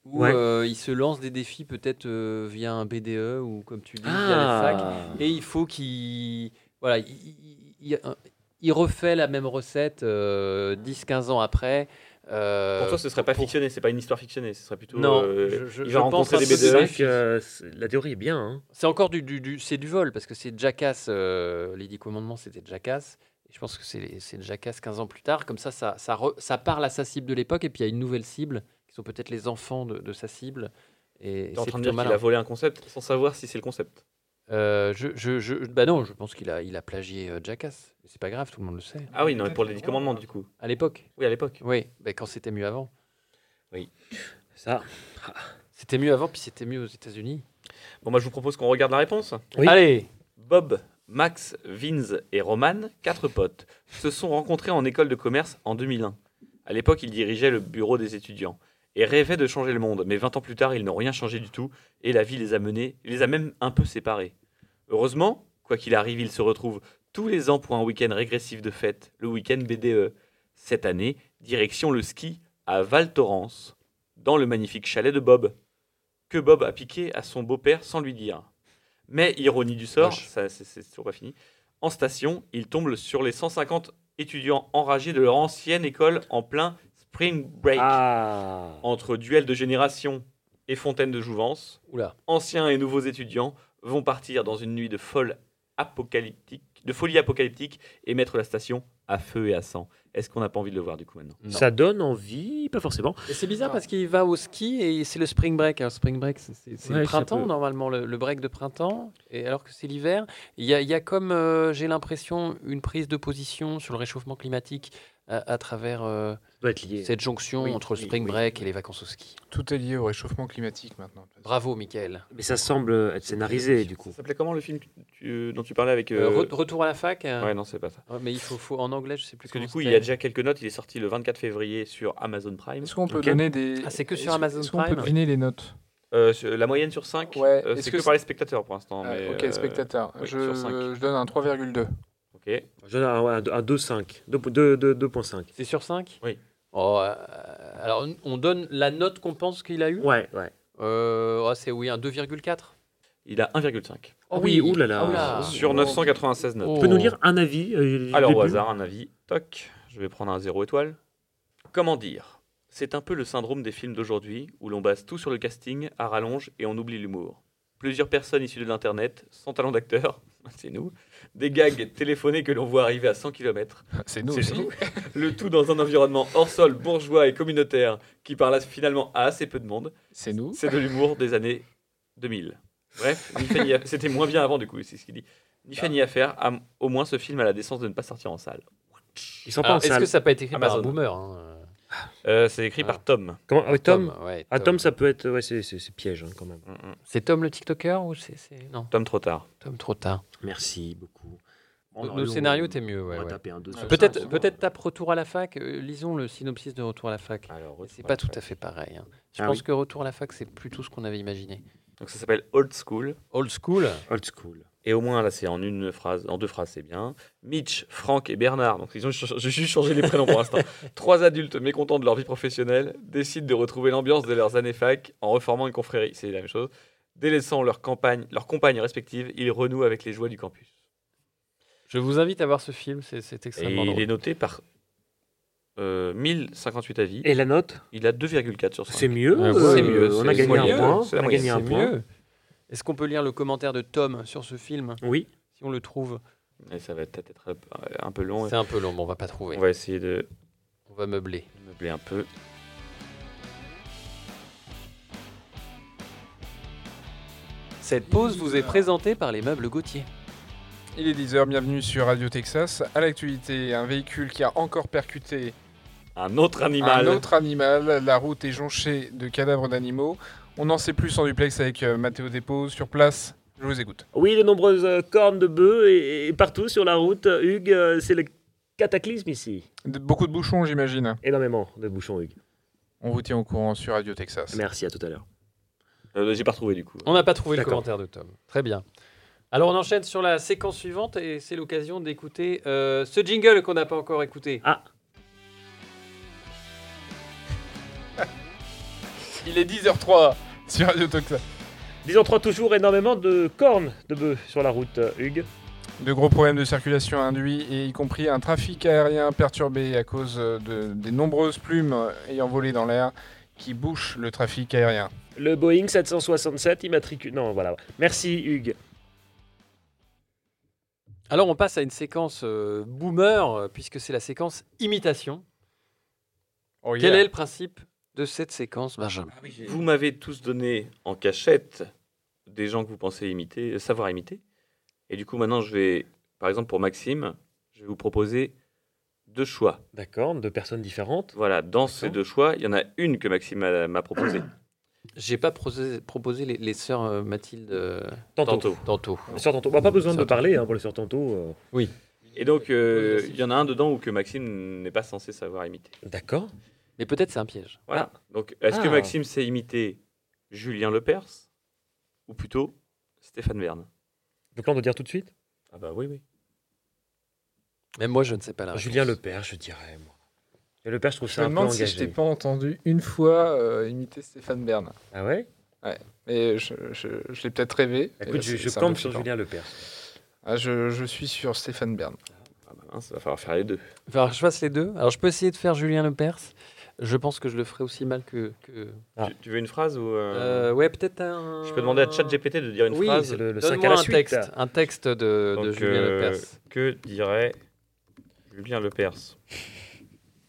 A: où
B: Ouais.
A: euh, ils se lancent des défis peut-être euh, via un BDE ou comme tu dis via la fac
B: Ah.
A: Et il faut qu'il. Voilà, il, il- il- il refait la même recette euh, 10-15 ans après. euh,
D: Pour toi, ce serait pas
A: pour-
D: fictionné, c'est pas une histoire fictionnée, ce serait plutôt.
A: Non,
D: euh,
A: je, je-
D: il
A: je
D: va
A: pense
D: rencontrer
A: un
D: des E.
A: peu
B: C'est
D: BDE.
B: vrai
A: ça.
B: que euh, c'est- la théorie est bien. hein.
A: C'est encore du, du, du- c'est du vol, parce que c'est Jackass, euh, les 10 commandements, c'était Jackass. Et je pense que c'est c'est Jackass 15 ans plus tard. Comme ça, ça, ça, re- ça parle à sa cible de l'époque, et puis il y a une nouvelle cible, qui sont peut-être les enfants de, de sa cible. Et
D: T'es en
A: c'est
D: train
A: plutôt
D: de dire qu'il
A: malin.
D: a volé un concept sans savoir si c'est le concept.
A: Euh, je, je, je- bah non, je pense qu'il a, il a plagié euh, Jackass. Mais C'est pas grave, tout le monde le sait.
D: Ah oui, non, mais pour les 10 commandements, du coup.
A: À l'époque,
D: Oui, à l'époque.
A: oui, bah, quand c'était mieux avant.
B: Ça.
A: C'était mieux avant, puis c'était mieux aux États-Unis.
D: Bon, bah, je vous propose qu'on regarde la réponse.
B: Oui.
A: Allez
D: Bob, Max, Vince et Roman, quatre potes, se sont rencontrés en école de commerce en 2001. À l'époque, ils dirigeaient le bureau des étudiants et rêvaient de changer le monde, mais 20 ans plus tard, ils n'ont rien changé du tout et la vie les a menés, les a même un peu séparés. Heureusement, quoi qu'il arrive, ils se retrouvent tous les ans pour un week-end régressif de fête, le week-end BDE. Cette année, direction le ski à Val Thorens, dans le magnifique chalet de Bob, que Bob a piqué à son beau-père sans lui dire. Mais ironie du sort,
A: Vache.
D: ça c'est- c'est toujours pas fini. En station, ils tombent sur les 150 étudiants enragés de leur ancienne école en plein spring break.
B: Ah.
D: Entre duel de génération et fontaine de jouvence,
A: Oula.
D: anciens et nouveaux étudiants vont partir dans une nuit de folle apocalyptique, de folie apocalyptique et mettre la station à feu et à sang. Est-ce qu'on n'a pas envie de le voir du coup maintenant
B: Ça donne envie, pas forcément.
A: Et c'est bizarre parce qu'il va au ski et c'est le spring break. Alors, spring break, c'est- c'est c'est
B: Ouais,
A: le
B: c'est
A: printemps,
B: un peu-
A: normalement, le, le break de printemps. Et alors que c'est l'hiver, il y a, il y a comme, euh, j'ai l'impression, une prise de position sur le réchauffement climatique à, à travers euh,
B: Ça doit être lié.
A: cette jonction
B: Oui,
A: entre le
B: oui,
A: spring
B: oui,
A: break
B: oui.
A: et les vacances au ski.
C: Tout est lié au réchauffement climatique maintenant.
A: Bravo, Michael.
B: Mais ça semble être scénarisé, du coup.
D: Ça s'appelait comment le film que tu- dont tu parlais avec
A: Euh,
D: euh,
A: re- retour à la fac euh,
D: Ouais, non, c'est pas ça.
A: ouais, Mais il faut, faut- en anglais, je sais plus.
D: Parce que du
A: comment
D: coup, il
A: c'était.
D: y a déjà quelques notes. Il est sorti le 24 février sur Amazon Prime.
C: Est-ce qu'on peut
B: Ok.
C: donner des.
A: Ah, c'est que sur
C: est-ce-
A: Amazon
C: Est-ce qu'on
A: Prime
C: peut deviner les notes
D: Euh, sur- la moyenne sur 5
C: Ouais, est-ce
D: C'est
C: que
D: que,
C: c'est-
D: par les spectateurs pour l'instant.
C: Ah,
D: mais,
C: Ok,
D: euh,
C: spectateur.
D: oui,
C: je,
D: sur cinq.
C: je donne un 3,2.
D: Ok. Et
B: Je donne un, ouais, un deux- un 2,5. Deux- deux- deux- 2,5.
A: C'est sur 5
D: Oui.
A: alors, on donne la note qu'on pense qu'il a eue
B: Ouais, ouais.
A: Euh, ah, C'est oui, un 2,4.
D: Il a 1,5
A: Oh
B: Ah Oh. oui, oulala.
A: oula.
B: Oh.
D: sur 996 notes.
B: Tu peux nous lire un avis euh, du
D: Alors au
B: début
D: hasard, un avis. Toc, je vais prendre un zéro étoile. Comment dire C'est un peu le syndrome des films d'aujourd'hui où l'on base tout sur le casting, à rallonge et on oublie l'humour. Plusieurs personnes issues de l'Internet, sans talent d'acteur, c'est nous, des gags téléphonés que l'on voit arriver à 100 km,
C: C'est nous
D: C'est
C: aussi.
D: nous. le tout dans un environnement hors sol, bourgeois et communautaire qui parle à- finalement à assez peu de monde,
C: C'est nous.
D: c'est de l'humour des années 2000. Bref, ni fait ni aff- c'était moins bien avant du coup, c'est ce qu'il dit. Ni fait ni affaire, à- au moins ce film a la décence de ne pas sortir en salle.
B: Ils sont pas
A: Alors,
B: en
A: Est-ce
B: salle.
A: que ça n'a pas été écrit par un
D: Amazon.
A: boomer hein
D: Euh, c'est écrit
A: Ah.
D: par Tom.
B: Comment ah, oui, Tom,
A: ouais,
B: Ah, Tom, ça peut être. Ouais, c'est- c'est c'est piège hein, quand même.
D: Mm, mm.
A: C'est Tom le TikToker ou c'est. c'est- Non,
D: Tom trop tard.
A: Tom trop tard.
B: Merci beaucoup. Bon,
A: Nos
B: alors, nous,
A: scénarios
B: on-
A: étaient mieux, ouais.
B: on va
A: ouais.
B: taper un deux sur
A: Peut-être
B: cinq, hein.
A: peut tape Retour à la fac. euh, lisons le synopsis de Retour à la fac.
D: Alors,
A: C'est pas tout à fait pareil. hein. Je
B: Ah
A: pense
B: oui.
A: que Retour à la fac, c'est plutôt ce qu'on avait imaginé.
D: Donc ça s'appelle Old School.
A: Old school.
B: Old school.
D: Et au moins, là, c'est en une phrase, en deux phrases, c'est bien. Mitch, Franck et Bernard, donc ils ont ch- j'ai juste changé les prénoms pour l'instant. Trois adultes mécontents de leur vie professionnelle décident de retrouver l'ambiance de leurs années fac en reformant une confrérie, c'est la même chose. Délaissant leur campagne, leurs compagnes respectives, ils renouent avec les joies du campus.
A: Je vous invite à voir ce film, c'est- c'est
D: Et
A: extrêmement
D: il
A: drôle.
D: est noté par euh, 1058 avis.
B: Et la note
D: Il a 2,4 sur 5.
B: C'est mieux.
A: Ouais,
B: euh,
A: c'est mieux,
B: On
A: c'est-
B: a
A: c'est
B: gagné un
A: mieux,
B: point.
D: c'est
B: On
D: la
B: a
D: moyenne,
B: gagné
A: C'est
B: un point.
A: mieux. Est-ce qu'on peut lire le commentaire de Tom sur ce film,
B: Oui.
A: si on le trouve
D: Et ça va peut-être être un- un peu long.
A: C'est un peu long, mais on va pas trouver.
D: On va essayer de
A: On va meubler.
D: meubler un peu.
A: Cette pause vous est présentée par les meubles Gauthier.
C: Il est 10h, bienvenue sur Radio Texas. À l'actualité, un véhicule qui a encore percuté
D: Un autre animal.
C: un autre animal. La route est jonchée de cadavres d'animaux. On en sait plus en duplex avec euh, Mathéo Dépôt sur place. Je vous écoute.
B: Oui, de nombreuses euh, cornes de bœuf et, et partout sur la route. euh, Hugues, euh, c'est le cataclysme ici.
C: De- beaucoup de bouchons, j'imagine.
B: Énormément de bouchons, Hugues.
C: On vous tient au courant sur Radio Texas.
B: Merci, à tout à l'heure.
D: Euh, J'ai pas retrouvé du coup.
A: On n'a pas trouvé le
B: D'accord.
A: commentaire de Tom. Très bien. Alors on enchaîne sur la séquence suivante et c'est l'occasion d'écouter euh, ce jingle qu'on n'a pas encore écouté.
B: Ah.
C: Il est 10h03 sur Radio Texas.
B: Disons trois toujours énormément de cornes de bœuf sur la route, euh, Hugues.
C: De gros problèmes de circulation induits, et y compris un trafic aérien perturbé à cause de, des nombreuses plumes ayant volé dans l'air qui bouchent le trafic aérien.
B: Le Boeing 767 immatriculé. Non, voilà. Merci, Hugues.
A: Alors on passe à une séquence euh, boomer euh, puisque c'est la séquence imitation.
C: Oh,
A: Quel
C: yeah.
A: est le principe de cette séquence, Benjamin
D: Vous m'avez tous donné en cachette des gens que vous pensez imiter, euh, savoir imiter. Et du coup, maintenant, je vais, par exemple, pour Maxime, je vais vous proposer deux choix.
B: D'accord, deux personnes différentes.
D: Voilà, dans ces
B: D'accord.
D: deux choix, il y en a une que Maxime m'a m'a proposée
A: J'ai pas prosé- proposé les, les sœurs euh, Mathilde euh,
B: Tantôt.
D: tantôt.
A: tantôt.
B: Sur tantôt. Bah, pas besoin de
A: Sur
B: parler hein, pour le sur tantôt. euh.
D: Et donc, euh, il y en a un dedans où que Maxime n'est pas censé savoir imiter.
B: D'accord.
A: Mais peut-être c'est un piège.
D: Voilà. Donc, est-ce que
B: Ah.
D: Maxime sait imiter Julien Lepers ou plutôt Stéphane Verne
B: Donc là, on doit dire tout de suite.
D: Ah bah oui, oui.
A: Même moi Bah, je ne sais pas la réponse.
B: Julien Lepers, je dirais, moi. Et Lepers, je trouve
C: Je
B: ça
C: me
B: un peu
C: demande si
B: engagé.
C: je t'ai pas entendu une fois euh, imiter Stéphane Bern.
B: Ah ouais
C: Mais je, je, je l'ai peut-être rêvé. Et là,
B: Écoute, je,
C: Eh ben, c'est-
B: je
C: c'est un
B: campe
C: peu
B: sur
C: flippant.
B: Julien Lepers.
C: Ah, je, je suis sur Stéphane Bern.
D: Ah bah mince, va falloir faire les deux.
A: Enfin, je fasse les deux. Alors je peux essayer de faire Julien Lepers. Je pense que je le ferai aussi mal que. que-
B: Ah.
D: Tu, tu veux une phrase ou euh,
A: Euh, ouais, peut-être un.
D: Je peux demander à ChatGPT de dire une
A: Oui,
D: phrase
B: C'est le, le 5 à
A: Donne-moi
B: la
A: un
B: suite.
A: texte, un texte de, de
D: Donc,
A: Julien
D: euh,
A: Lepers.
D: Que dirait Julien Lepers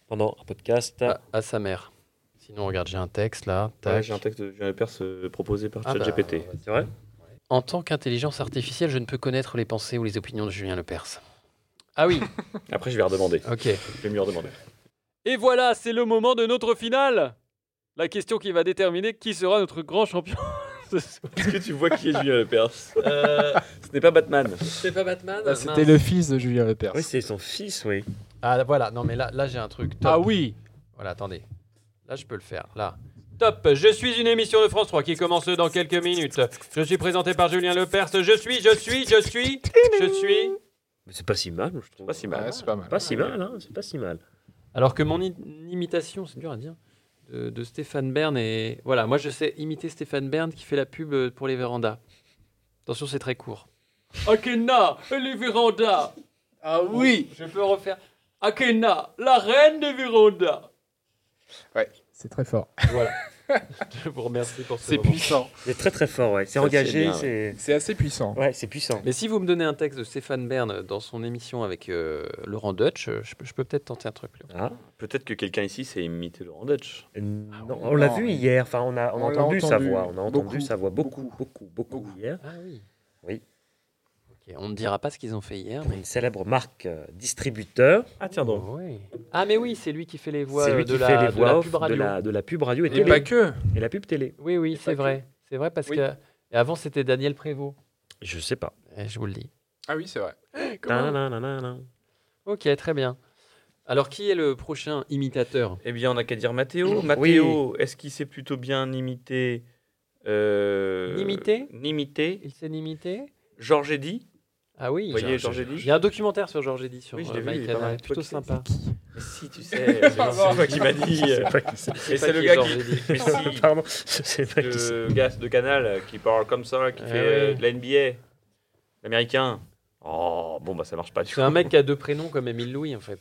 B: Pendant un podcast.
A: À, à sa mère. Sinon, regarde, j'ai un texte là. tac.
D: Ouais, J'ai un texte de Julien Lepers euh, proposé par
A: Ah bah,
D: ChatGPT.
B: C'est vrai
A: En tant qu'intelligence artificielle, je ne peux connaître les pensées ou les opinions de Julien Lepers. Ah oui,
D: Après, je vais redemander.
A: ok.
D: Je vais mieux redemander.
A: Et voilà, c'est le moment de notre finale. La question qui va déterminer qui sera notre grand champion. ce soir.
D: Est-ce que tu vois qui est Julien Lepers Ce n'est pas Batman.
A: C'est pas Batman
C: Ah, C'était le fils de Julien Lepers.
B: Ah, Oui, c'est son fils, oui.
A: Ah là, voilà, non mais là, là j'ai un truc. Top.
F: Ah oui
A: Voilà, attendez. Là, je peux le faire. Là. Top, je suis une émission de France 3 qui commence dans quelques minutes. Je suis présenté par Julien Lepers. Je suis, je suis, je suis, je suis.
B: Mais c'est pas si mal, moi, je trouve.
D: Pas si mal.
C: Ouais, Bah, c'est pas mal.
B: Pas si mal, hein, c'est pas si mal.
A: Alors que mon i- imitation, c'est dur à dire, de, de Stéphane Bern est. Voilà, moi je sais imiter Stéphane Bern qui fait la pub euh, pour les vérandas. Attention, c'est très court. Akena, les vérandas Ah oui Je peux refaire. Akena, la reine des vérandas
C: C'est très fort.
A: Je vous remercie pour ce
C: C'est
A: moment.
C: puissant.
B: C'est très très fort, ouais. C'est
D: Ça, c'est
B: engagé,
D: bien,
B: c'est.
C: C'est assez puissant.
B: Ouais, c'est puissant.
A: Mais si vous me donnez un texte de Stéphane Bern dans son émission avec euh, Laurent Deutsch, euh, je, peux- je peux peut-être tenter un truc. là.
B: Ah,
D: Peut-être que quelqu'un ici sait imiter Laurent Dutch.
B: Euh, non,
C: non,
B: on l'a
C: non.
B: vu hier, enfin, on a, on a
C: On l'a
B: entendu, sa
C: entendu
B: voix, on a entendu
C: beaucoup,
D: Ah
B: sa voix beaucoup, beaucoup, beaucoup,
C: beaucoup.
B: hier.
A: Ah oui.
B: Oui.
A: Ok. Et on ne dira pas ce qu'ils ont fait hier.
B: Pour une célèbre marque euh, distributeur.
E: Ah tiens donc.
A: Ouais. Ah mais oui, c'est lui qui fait les voix
B: c'est
A: euh,
B: lui
A: de,
B: qui
A: la,
B: fait les
A: de
B: voix
A: la
B: off
A: pub radio.
B: de, la, de la pub radio et,
C: Et
B: télé.
C: pas que.
B: Et la pub télé.
A: Oui, oui, c'est
B: pas que.
A: vrai. C'est vrai parce
C: Oui.
A: que et avant c'était Daniel Prévost.
B: Je sais pas.
A: Eh, je vous le dis.
C: Ah oui, c'est vrai.
D: Ah,
B: Ta-na-na-na-na.
A: Ok, très bien. Alors qui est le prochain imitateur
D: Eh bien, on n'a qu'à dire Mathéo.
B: Oui.
D: Mathéo, est-ce qu'il s'est plutôt bien imité euh,
A: Imité
D: Imité.
A: Il s'est imité
D: Georges Eddy.
A: Ah oui.
D: Vous voyez,
B: Georges-
D: Georges Eddy
A: Il y a un documentaire sur Georges Eddy sur
D: Oui, je
A: euh,
D: l'ai vu, il est
A: My
D: pas
A: Canal.
D: mal.
A: Plutôt
D: Toi qui-
A: sympa.
D: Mais Si, tu sais. c'est toi qui m'a dit.
B: Je sais
D: euh,
B: pas qui c'est.
D: Et
A: pas
D: c'est le
A: qui est
D: gars
A: Georges
D: qui.
A: Eddy.
D: Mais si,
B: Pardon, je sais pas qui c'est.
D: le gars de Canal euh, qui parle comme ça, qui
A: Eh
D: fait euh,
A: oui.
D: de la NBA, l'américain. Oh, bon bah ça marche pas du
A: C'est
D: coup.
A: un mec qui a deux prénoms comme Émile Louis en fait.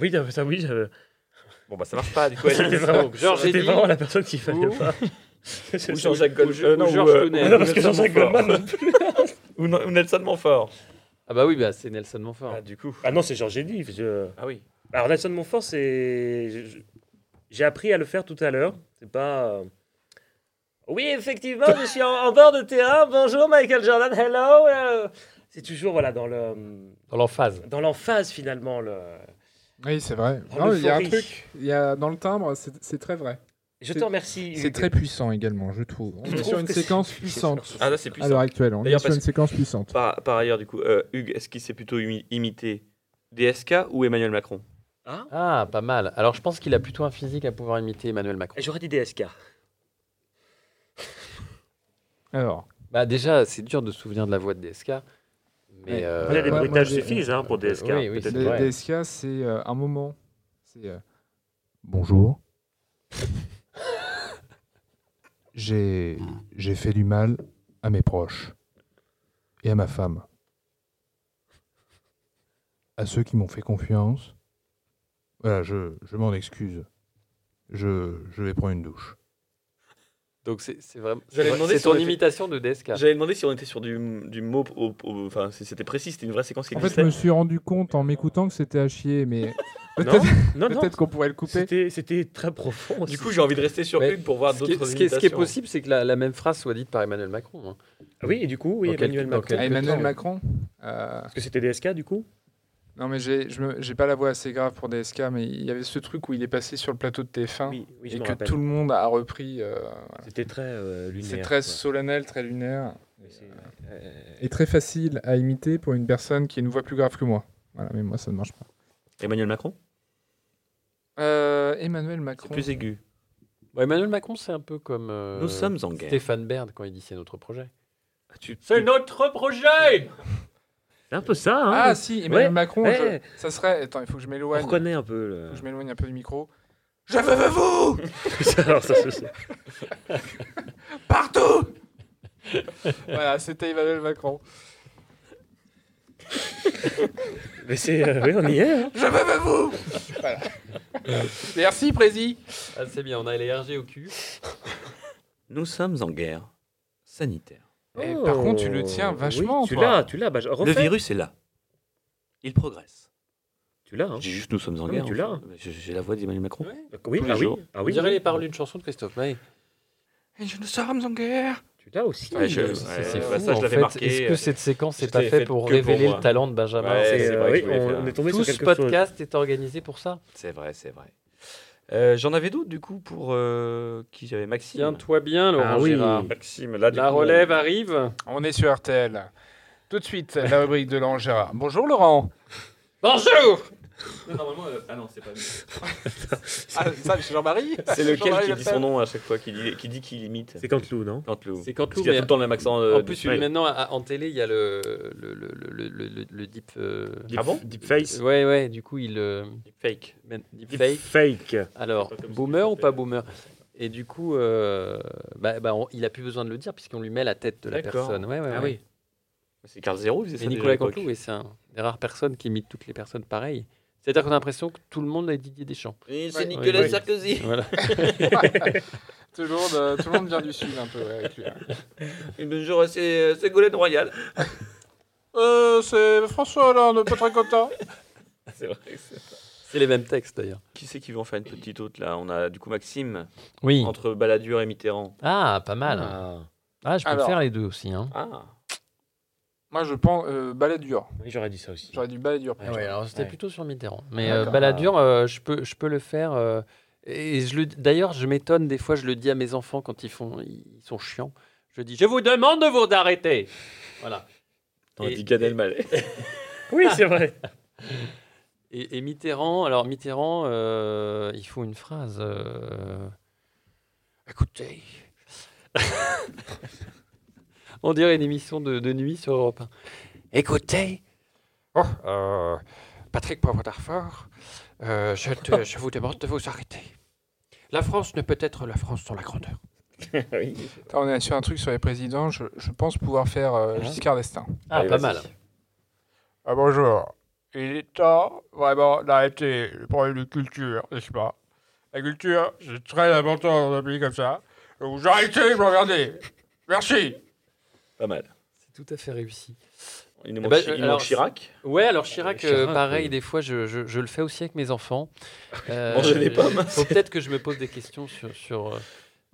B: Oui, non, ça oui, je-
D: Bon bah ça marche pas du coup.
B: c'était vraiment,
A: Donc, Georges
B: c'était
A: Eddy.
B: vraiment la personne qu'il fallait
A: Ou-
B: pas. C'est-
D: Ou Jean-Jacques Goldman.
A: Ou-
D: euh, non,
A: ou
D: ou,
A: Georges
D: euh,
A: Tonnerre.
D: ou
B: Non, parce que
D: Nelson
B: Jean-Jacques
D: Montfort.
B: Goldman.
D: Ou, non- ou Nelson Montfort.
A: Ah bah oui, bah c'est Nelson Montfort.
D: Ah, du coup.
B: Ah non, c'est Georges Eddy. euh, je-
D: Ah oui.
B: Alors, Nelson Montfort, c'est. je- je- J'ai appris à le faire tout à l'heure. C'est pas. euh, Oui, effectivement, je suis en, en bord de terrain. Bonjour, Michael Jordan. Hello. euh. C'est toujours voilà, dans le
A: Dans l'emphase.
B: dans l'emphase, finalement. Le...
C: Oui, c'est vrai.
B: Oh,
C: Non, il y a un
B: l'euphorie.
C: truc. Il y a dans le timbre, c'est c'est très vrai.
B: Je
C: C'est-
B: te remercie.
C: C'est
B: Hugues.
C: très puissant également, je trouve. On
B: Tu
C: est
B: trouves
C: sur une
B: que c'est-
C: séquence puissante
D: Ah là c'est
C: à
D: puissant.
C: l'heure actuelle. On est
D: D'ailleurs,
C: sur
D: parce
C: une séquence puissante.
D: Par, par ailleurs du coup, euh, Hugues, est-ce qu'il s'est plutôt imi- imité DSK ou Emmanuel Macron
B: Hein
A: Ah, pas mal. Alors je pense qu'il a plutôt un physique à pouvoir imiter Emmanuel Macron.
B: J'aurais dit DSK.
C: Alors,
A: Bah déjà, c'est dur de se souvenir de la voix de DSK. Mais
C: Ouais.
A: euh,
B: Voilà, les
C: moi,
B: bruitages
C: j'ai-
B: suffisent hein, pour DSK.
A: Oui, oui,
B: peut-être.
A: c'est vrai.
C: le DSK, c'est euh, un moment. C'est. euh, Bonjour. J'ai j'ai fait du mal à mes proches et à ma femme. À ceux qui m'ont fait confiance. Voilà, je, je m'en excuse. Je, je vais prendre une douche.
A: donc c'est c'est vraiment.
D: J'allais demander
A: C'est
D: si
A: ton
D: on était-
A: imitation de DSK.
D: J'avais demandé si on était sur du, du mot, au- au- enfin si c'était précis, c'était une vraie séquence qui
C: En fait, je
D: existait.
C: me suis rendu compte en m'écoutant que c'était à chier, mais
B: Non,
C: peut-être
B: non, non.
C: peut-être qu'on pourrait le couper.
B: C'était c'était très profond.
D: du coup, j'ai envie de rester sur
A: Ouais.
D: Hugues pour voir
A: Ce qui,
D: d'autres
A: est, ce qui est- ce qui est
D: imitations.
A: possible, c'est que la, la même phrase soit dite par Emmanuel Macron. hein.
B: Oui, et du coup, oui,
A: Dans quel-
B: Emmanuel
A: dans
B: Macron.
A: quel-
C: À Ah, Emmanuel
A: temps.
C: Macron euh,
B: Parce que c'était DSK, du coup
C: Non, mais j'ai je me- j'ai pas la voix assez grave pour DSK, mais il y avait ce truc où il est passé sur le plateau de TF1
B: Oui, oui, je
C: Hein et
B: me
C: que
B: rappelle.
C: tout le monde a repris. euh, voilà.
B: C'était très euh, lunaire.
C: C'est très
B: quoi.
C: solennel, très lunaire
B: Mais c'est-
C: et très facile à imiter pour une personne qui a une voix plus grave que moi. Voilà, mais moi ça ne marche pas.
D: Emmanuel Macron,
C: Euh, Emmanuel
D: c'est
C: Macron.
D: plus aigu.
A: Bon, Emmanuel Macron, c'est un peu comme euh,
D: Nous sommes en guerre. Ah,
A: Stéphane Bern quand il dit c'est notre projet.
D: Tu-
A: C'est notre projet
B: C'est un peu ça, hein
C: Ah si, Emmanuel
B: Ouais,
C: Macron.
B: ouais.
C: je- Ça serait. Attends, il faut que je
B: On
C: m'éloigne.
B: reconnaît un peu. le-
C: Faut que Je m'éloigne un peu du micro. Je veux vous
B: Alors, ça, c'est-
C: partout. voilà, c'était Emmanuel Macron.
B: Mais c'est. euh, oui, on y est. hein.
C: Je veux vous Merci, Prési.
A: Ah, c'est bien, on a les RG au cul.
D: Ah Nous sommes en guerre sanitaire.
C: Eh, par contre, tu le tiens
B: Oh,
C: vachement,
B: oui, tu
C: toi.
B: l'as, tu l'as. Bah, je- refais.
D: Le virus est là. Il progresse.
B: Tu l'as. hein.
D: J'ai Juste nous sommes
B: Non,
D: en
B: mais
D: guerre.
B: tu l'as.
D: enfin. J'ai j'ai la voix d'Emmanuel Macron.
B: Oui,
D: Tous les
B: ah oui.
D: jours.
B: Ah
A: On
B: oui.
A: dirait les paroles d'une chanson de Christophe Maé.
C: Et nous sommes en guerre.
B: Tu l'as aussi.
D: Ouais, je-
C: oui,
D: ouais,
C: c'est-
D: ouais,
C: c'est
D: bah,
C: fou,
D: ça, je
A: en
D: l'avais
A: fait,
D: marqué.
A: Est-ce que cette séquence n'est
D: je
A: pas
D: l'ai
A: faite
D: faite
A: pour
D: que pour
A: révéler
D: moi.
A: le talent de Benjamin
D: Ouais,
B: C'est,
A: Marcel
D: c'est
B: euh,
D: vrai que
B: oui,
D: je hein. voulais
B: on,
D: faire un-
B: est tombé
A: Tout
B: sur
A: ce
B: quelque chose.
A: podcast est organisé pour ça.
D: C'est vrai, c'est vrai. Euh, J'en avais d'autres du coup pour euh, qui j'avais Maxime.
A: Tiens-toi bien, Laurent
B: Ah oui.
A: Gérard.
D: Maxime, là du
A: La
D: coup, on-
A: relève arrive.
C: On est sur RTL. Tout de suite, la rubrique de Laurent Gérard. Bonjour, Laurent.
A: Bonjour
D: Normalement, euh, ah non, c'est pas. C'est
C: Ah, ça, c'est Jean-Marie
D: lequel qui dit son nom à chaque fois, qui dit qui dit qu'il imite.
B: C'est Cantelou, non
D: Cantelou.
A: C'est
D: Parce
A: Cantelou,
D: qu'il a
A: mais
D: tout le temps le même accent. euh,
A: en plus,
D: du- Ouais.
A: maintenant, à- en télé, il y a le, le, le, le, le, le- le deep... euh,
D: Ah bon
B: Deepface.
A: Ouais, ouais, du coup, il... euh,
D: Fake.
A: men- deepfake.
B: Deepfake.
A: Alors,
D: C'est pas comme
A: boomer
D: ce
A: ou
D: qu'il
A: pas
D: s'appelle.
A: boomer Et du coup, euh, bah, bah, on- il a plus besoin de le dire puisqu'on lui met la tête de la
D: D'accord.
A: personne. Ouais, ouais,
D: Ah
A: ouais.
D: oui. C'est Carl Zero, il faisait ça.
A: Et
D: déjà à
A: Nicolas
D: l'époque.
A: Cantelou, oui, c'est un des rares personnes qui imite toutes les personnes pareilles. C'est-à-dire qu'on a l'impression que tout le monde a Didier Deschamps.
D: Et
C: Ouais.
D: c'est Nicolas
A: Ouais.
D: Sarkozy.
A: Voilà.
C: tout, le monde, euh, tout le monde vient du Sud, un peu, ouais, avec lui. hein.
D: Et bonjour, c'est Ségolène Royal.
C: Euh, c'est François Hollande, pas très content.
D: C'est vrai. c'est-
A: C'est les mêmes textes d'ailleurs.
D: Qui c'est qui veut en faire une petite autre là On a du coup Maxime
A: Oui.
D: entre Balladur et Mitterrand.
A: Ah, pas mal.
B: Ah.
A: Ah, je peux
C: Alors.
A: faire les deux aussi. hein.
D: Ah.
C: Moi, je pense euh, balai dur.
B: Oui, j'aurais dit ça aussi.
C: J'aurais dit balai dur.
A: Ah ouais, alors c'était
B: Ouais.
A: plutôt sur Mitterrand. Mais
B: Ah,
A: euh,
B: d'accord.
A: Balladur, euh, je, peux, je peux le faire. euh, et je le, d'ailleurs, je m'étonne, des fois, je le dis à mes enfants quand ils, font, ils sont chiants. Je dis Je vous demande de vous arrêter Voilà.
D: T'aurais
A: Et-
D: dit Gad Elmaleh.
B: Oui, c'est vrai.
A: Et, et Mitterrand, alors Mitterrand, euh, il faut une phrase. euh, Écoutez. On dirait une émission de, de nuit sur Europe 1. Écoutez. Oh, euh, Patrick Poivre d'Arfort, euh, je, te- je vous demande de vous arrêter. La France ne peut être la France sans la grandeur.
B: Oui.
C: Attends, on est sur un truc sur les présidents. Je, je pense pouvoir faire euh, Giscard d'Estaing.
A: Ah,
B: Allez,
A: pas
B: vas-y.
A: mal.
C: Ah, bonjour. Il est temps vraiment d'arrêter le problème de culture, n'est-ce pas La culture, c'est très important dans un pays comme ça. Donc, Vous arrêtez de me regarder. Merci.
D: Pas mal.
A: C'est tout à fait réussi.
D: Il nous
A: Eh
D: manque,
A: ben,
D: il nous
A: alors,
D: manque Chirac.
A: Ouais, alors Chirac, euh,
B: Chirac,
A: pareil,
B: oui.
A: des fois, je, je- je le fais aussi avec mes enfants. Euh,
D: Manger des pommes.
A: Faut peut-être que je me pose des questions sur, sur, euh,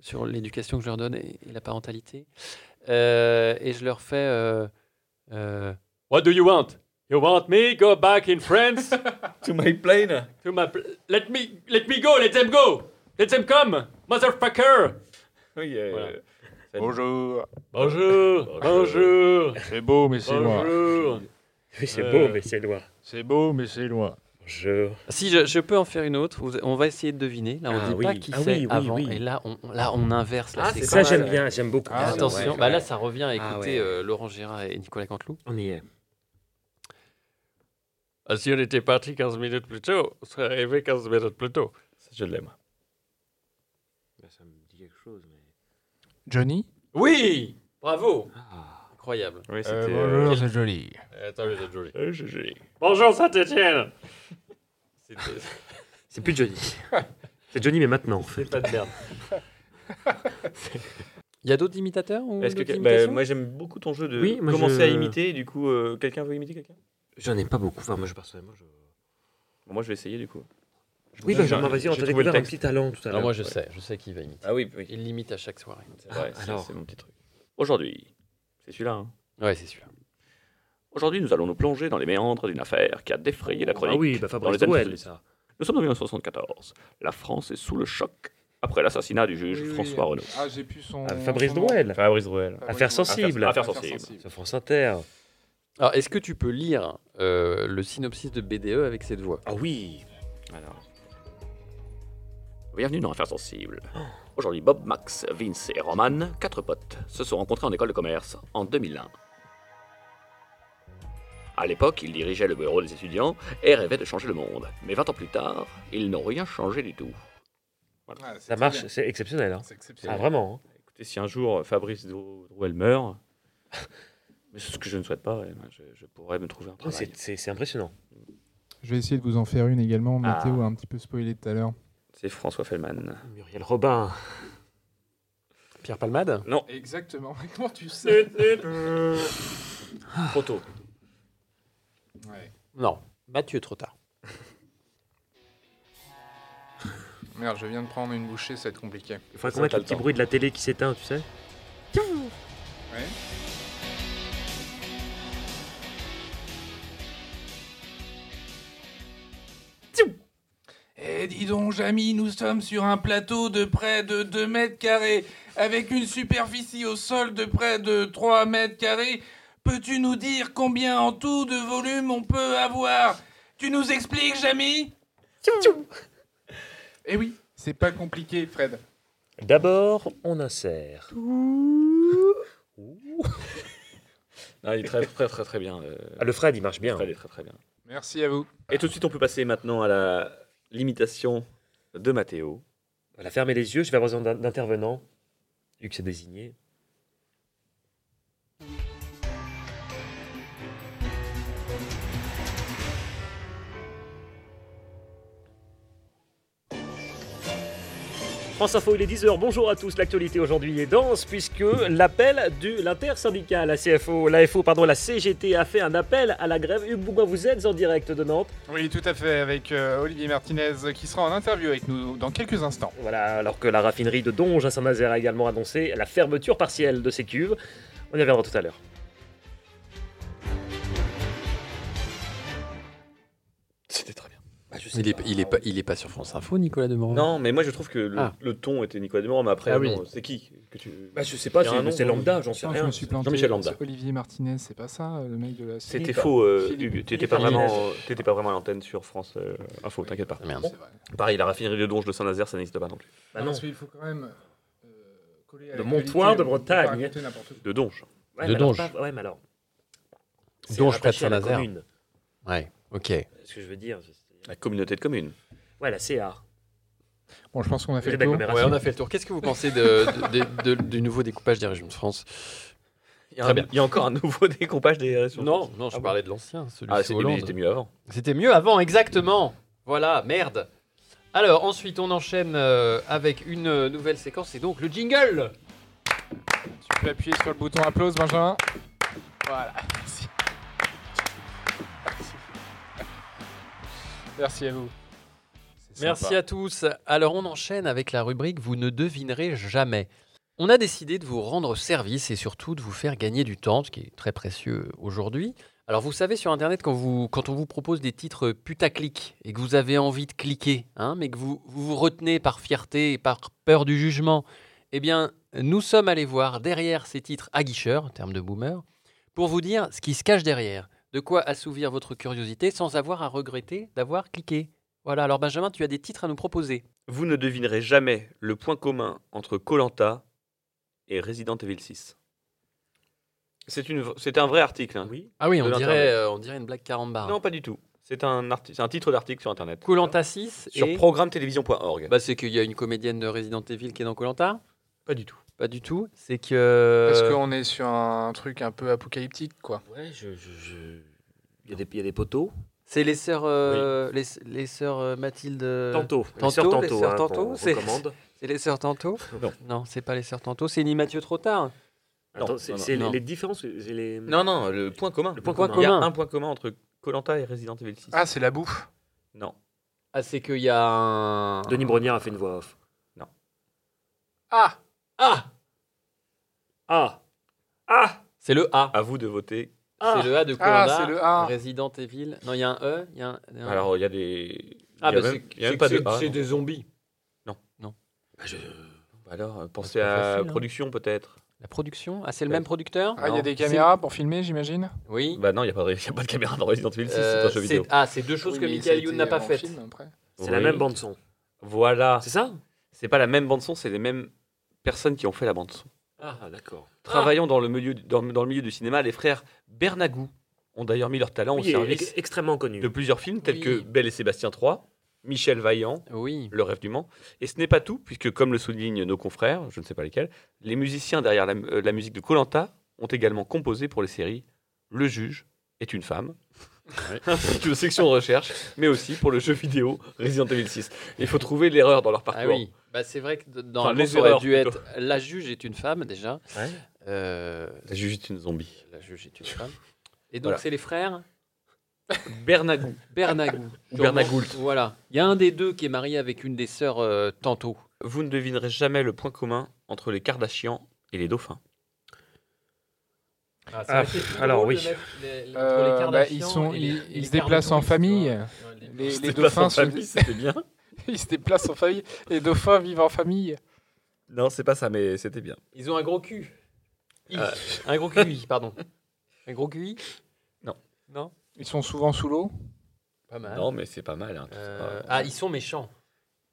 A: sur l'éducation que je leur donne et, et la parentalité. Euh, et je leur fais euh, euh, What do you want? You want me go back in France
D: To my plane.
A: to my pl- let me let me go, let them go, let them come, motherfucker.
D: Oui, euh,
A: Voilà.
C: Bonjour.
A: Bonjour, bonjour,
C: C'est beau, mais
A: bonjour.
B: Oui, c'est
A: Euh.
B: beau, mais c'est loin.
C: C'est beau, mais c'est loin.
B: Bonjour.
A: Si je, je peux en faire une autre, vous- on va essayer de deviner. Là, on
B: Ah
A: dit
B: oui.
A: pas qui
B: Ah oui,
A: c'est
B: oui,
A: avant,
B: oui.
A: et là, on, là, on inverse la
E: Ah, c'est
A: séquence.
B: Ça,
E: mal,
B: j'aime
E: ouais.
B: bien, j'aime beaucoup.
C: Ah,
A: Attention,
B: ouais.
A: bah là, ça revient à écouter
B: Ah ouais.
A: euh, Laurent Gérard et Nicolas Canteloup.
B: On y est.
A: Ah, si on était parti 15 minutes plus tôt, on serait arrivé 15 minutes plus tôt.
D: ça, je l'aime.
B: Ça me dit quelque chose, mais.
C: Johnny
A: Oui Bravo Incroyable.
D: Oui,
C: Euh,
D: euh,
C: Bonjour, c'est joli.
A: Bonjour Saint-Etienne
B: C'est plus Johnny. c'est Johnny, mais maintenant.
D: C'est pas de merde.
A: Il y a d'autres imitateurs ou
D: Est-ce que
A: d'autres
D: bah,
A: imitations
D: moi j'aime beaucoup ton jeu de
B: Oui, moi,
D: commencer
B: je-
D: à imiter. Du coup, euh, quelqu'un veut imiter quelqu'un
B: J'en ai pas beaucoup. Enfin, moi, je personnellement, je.
D: Bon, Moi je vais essayer du coup.
B: Oui,
D: bah,
B: bah,
D: j'ai-
B: vas-y, on
D: j'ai
B: t'a
D: trouvé le
B: découvert un
D: texte.
B: petit talent tout à
A: Ah,
B: l'heure.
A: moi je sais, je sais qui va imiter.
D: Ah oui, oui.
A: Il l'imite à chaque soirée.
D: C'est vrai, c'est-
B: alors.
D: c'est mon petit truc. Aujourd'hui, c'est celui-là. hein.
A: Ouais, c'est celui-là.
D: Aujourd'hui, nous allons nous plonger dans les méandres d'une affaire qui a défrayé la chronique.
B: Ah oui, bah
D: Dans les
B: Fabrice
D: thèmes
B: Drouel,
D: frisés.
B: ça.
D: Nous sommes en 1974. La France est sous le choc après l'assassinat du juge François Renaud.
C: Ah, j'ai pu son.
B: Ah, Fabrice Drouel.
D: Fabrice Drouel.
B: Affaire sensible.
D: Affaire sensible.
B: Sur France Inter.
A: Alors, est-ce que tu peux lire euh, le synopsis de BDE avec cette voix
B: Ah oui.
D: Alors. Bienvenue dans Affaires sensibles. Aujourd'hui, Bob, Max, Vince et Roman, quatre potes, se sont rencontrés en école de commerce en 2001. À l'époque, ils dirigeaient le bureau des étudiants et rêvaient de changer le monde. Mais 20 ans plus tard, ils n'ont rien changé du tout.
B: Ça marche, c'est exceptionnel. hein.
C: C'est
B: Ah,
C: exceptionnel.
B: vraiment. hein.
D: Écoutez, si un jour euh, Fabrice Drou- Drouel meurt, mais c'est ce que je ne souhaite pas, ouais, je, je pourrais me trouver un
B: Oh,
D: travail.
B: c'est- C'est c'est impressionnant.
F: Je vais essayer de vous en faire une également.
D: Ah.
F: Mathéo a un petit peu spoilé tout à l'heure.
D: C'est François Fellman.
B: Muriel Robin.
A: Pierre Palmade
C: Exactement. Comment tu sais
B: Ah.
D: Trop tôt.
C: Ouais.
A: Non. Mathieu, trop tard.
C: Merde, je viens de prendre une bouchée, ça va être compliqué.
B: Il faudrait
D: Ça,
B: qu'on mette
D: t'as
B: le
D: le
B: petit
D: temps.
B: bruit de la télé qui s'éteint, tu sais.
C: Eh, dis donc, Jamy, nous sommes sur un plateau de près de 2 mètres carrés, avec une superficie au sol de près de 3 mètres carrés. Peux-tu nous dire combien en tout de volume on peut avoir Tu nous expliques, Jamy Eh oui, c'est pas compliqué, Fred.
B: D'abord, on insère. Ouh.
D: Ah, il est très très très très bien. euh,
B: Ah, le Fred, il marche bien.
D: Fred est très très bien.
C: Merci à vous.
D: Et tout de suite, on peut passer maintenant à la l'imitation de Mathéo.
B: On va fermer les yeux, je vais avoir besoin d'un- d'intervenant. Hugues s'est désigné. France Info, il est 10h. Bonjour à tous. L'actualité aujourd'hui est dense puisque l'appel de l'intersyndicat, la CFO, la FO, pardon, la CGT a fait un appel à la grève. Hugues Bourgoin, vous êtes en direct de Nantes.
C: Oui, tout à fait, avec euh, Olivier Martinez qui sera en interview avec nous dans quelques instants.
B: Voilà, alors que la raffinerie de Donge à Saint-Nazaire a également annoncé la fermeture partielle de ses cuves. On y reviendra tout à l'heure.
D: C'était très bien.
B: je sais
A: Il est, il, est pas, il est pas sur France Info, Nicolas Demorand.
D: Non, mais moi je trouve que le,
A: Ah.
D: le ton était Nicolas Demorand, mais après,
A: Ah oui.
D: non, c'est qui que tu...
B: Bah, je sais pas,
D: Il y a un nom,
B: c'est- c'est
D: non
B: lambda, j'en sais
F: Putain, je
B: rien.
F: me suis planté.
D: Jean-Michel Lambda.
F: C'est Olivier Martinez, c'est pas
C: euh,
F: ça, le mec de la série
D: C'était
B: Philippe.
D: faux, euh,
F: Philippe.
D: Hugues. T'étais pas,
B: Philippe
D: vraiment, t'étais pas vraiment à l'antenne sur France euh, Info, t'inquiète pas.
A: Ah, merde.
F: C'est vrai.
D: Pareil, la raffinerie de Donge de Saint-Nazaire, ça n'existe pas non plus.
B: Bah, non.
F: Parce qu'il faut quand même euh, coller à
B: Le
F: l'actualité,
B: Montoir de
F: on peut pas
B: Bretagne.
F: raconter n'importe quoi.
D: De Donge.
B: Ouais,
A: De
B: mais alors,
A: Donge.
B: pas- Ouais, mais alors. c'est
A: Donge,
B: rattaché
A: près de
B: à la
A: Saint-Nazaire.
B: commune,
A: Ouais, ok.
B: Ce que je veux dire. c'est-
D: La communauté de communes.
B: Ouais, la CA.
F: Bon, je pense qu'on a fait
B: C'est
F: le
B: la
F: tour.
A: Ouais,
B: commémoration.
A: on a fait le tour. Qu'est-ce que vous pensez de, de- de- de- du nouveau découpage des régions de France
D: Il y a
A: Très
D: un-
A: bien.
D: il y a encore un nouveau décompage des euh, réseaux.
A: Non, Ah non, je parlais de l'ancien, celui
D: Ah,
A: de
D: c'est
A: Hollande.
D: c'était mieux avant.
A: C'était mieux avant, exactement. Voilà, merde. Alors ensuite, on enchaîne euh, avec une euh, nouvelle séquence, c'est donc le jingle.
F: Tu peux appuyer sur le bouton applause, Benjamin. Voilà. Merci. Merci à vous.
A: Merci à tous. Alors on enchaîne avec la rubrique Vous ne devinerez jamais. On a décidé de vous rendre service et surtout de vous faire gagner du temps, ce qui est très précieux aujourd'hui. Alors vous savez sur Internet quand, vous, quand on vous propose des titres putaclic et que vous avez envie de cliquer, hein, mais que vous, vous vous retenez par fierté et par peur du jugement, eh bien nous sommes allés voir derrière ces titres aguicheurs, en termes de boomer, pour vous dire ce qui se cache derrière, de quoi assouvir votre curiosité sans avoir à regretter d'avoir cliqué. Voilà, alors Benjamin, tu as des titres à nous proposer.
D: Vous ne devinerez jamais le point commun entre Colanta et Resident Evil 6. C'est une v- c'est un vrai article. hein.
B: Oui.
A: Ah oui,
D: De
A: on dirait,
D: l'Internet.
A: euh, on dirait une blague carambar.
D: Non, pas du tout. C'est un arti- c'est un titre d'article sur internet.
A: Colanta 6
D: Sur
A: et...
D: programmetélévision.org.
A: Bah, c'est qu'il y a une comédienne de Resident Evil qui est dans Colanta
D: pas du tout.
A: Pas du tout. C'est que.
F: Parce qu'on est sur un truc un peu apocalyptique, quoi.
B: Ouais, je. je- je- Il y, a des- il y a des poteaux.
A: C'est les sœurs, euh, les, les sœurs euh, Mathilde.
B: Tantôt.
A: Tantôt,
B: Les sœurs
A: les
B: tantôt.
A: sœurs
B: hein,
A: tantôt,
B: qu'on
A: c'est-
B: recommande.
A: C'est les sœurs Tantôt
D: Non.
A: Non, c'est pas les sœurs Tantôt, c'est ni Mathieu trop tard.
B: Attends,
D: Non,
B: c'est
D: non,
B: c'est
A: non.
B: les, les différences. c'est Les...
D: Non, non, le point commun.
B: Le point
D: Il y a
A: commun.
D: un point commun entre Colanta et Resident Evil 6.
F: Ah, c'est la bouffe.
D: Non.
A: Ah, c'est qu'il y a un.
B: Denis Brognard a fait une voix off.
F: Ah
A: Ah
B: Ah Ah
A: C'est le A.
D: À vous de voter.
B: Ah
A: C'est le A de
F: Ah,
A: Colanta.
F: c'est le A.
A: Resident Evil. Non, il y a un E. il Y a un... un-
D: Alors, il y a des.
A: ah,
D: il y
A: bah,
D: a même-
A: c'est-
D: il y a même
A: c'est-
D: pas de
A: c'est-
D: A,
A: c'est
D: non.
A: des zombies.
B: Bah, je-
D: Bah Alors, euh, pensez
A: c'est pas
D: à
A: facile, hein.
D: production peut-être.
A: La production Ah, c'est le
D: Ouais.
A: même producteur
F: Ah, il y a
D: Non.
F: des caméras pour filmer, j'imagine
A: Oui.
D: Bah non, il n'y a, pas de- y a pas de caméra dans Resident Evil 6, c'est un
A: Euh,
D: jeu
A: c'est-
D: vidéo.
A: ah, c'est deux choses
F: Oui,
A: que
F: mais
A: Michael
F: ça a
A: Youn
F: été
A: n'a pas
F: en
A: faites.
F: film, après.
B: C'est la
D: Oui.
B: même bande-son.
D: Voilà.
B: Ah, C'est ça
D: C'est pas la même bande-son, c'est les mêmes personnes qui ont fait la bande-son.
B: Ah, d'accord.
D: Travaillant dans le, milieu, du- dans, dans le milieu du cinéma, les frères Bernagou ont d'ailleurs mis leur talent
B: Oui,
D: au
B: il est
D: service
B: ex- extrêmement connu.
D: de plusieurs films tels
A: Oui.
D: que Belle et Sébastien 3, Michel Vaillant,
A: Oui.
D: Le Rêve du Mans. Et ce n'est pas tout, puisque comme le soulignent nos confrères, je ne sais pas lesquels, les musiciens derrière la, euh, la musique de Colanta ont également composé pour les séries Le Juge est une femme, ainsi que section de recherche, mais aussi pour le jeu vidéo Resident Evil 6. Il faut trouver l'erreur dans leur
A: Ah
D: parcours.
A: oui. Bah, c'est vrai que d- dans
D: Enfin,
A: le
D: les
A: ça aurait
D: erreurs,
A: dû
D: plutôt.
A: être La juge est une femme, déjà.
B: Ouais.
A: Euh,
D: Le Juge est une zombie.
A: la juge est une femme. Et donc,
D: Voilà.
A: c'est les frères
D: Bernagou.
A: Bernagou.
D: Ou Bernagoult.
A: Voilà. Il y a un des deux qui est marié avec une des sœurs euh, Tantôt.
D: Vous ne devinerez jamais le point commun entre les Kardashians et les dauphins.
B: Ah, vrai que c'est alors, drôle de oui. mettre
F: Euh, bah, ils, sont, ils, ils se déplacent en famille. Les, les dauphins se-
D: c'était bien.
F: ils se déplacent en famille. Les dauphins vivent en famille.
D: Non, c'est pas ça, mais c'était bien.
A: Ils ont un gros cul. I.
D: Euh.
A: Un gros QI, pardon. Un gros QI
D: Non.
A: Non
F: Ils sont souvent sous l'eau.
A: Pas mal.
D: Non, mais c'est pas mal. hein.
A: Euh,
D: C'est pas-
A: ah, ils sont méchants.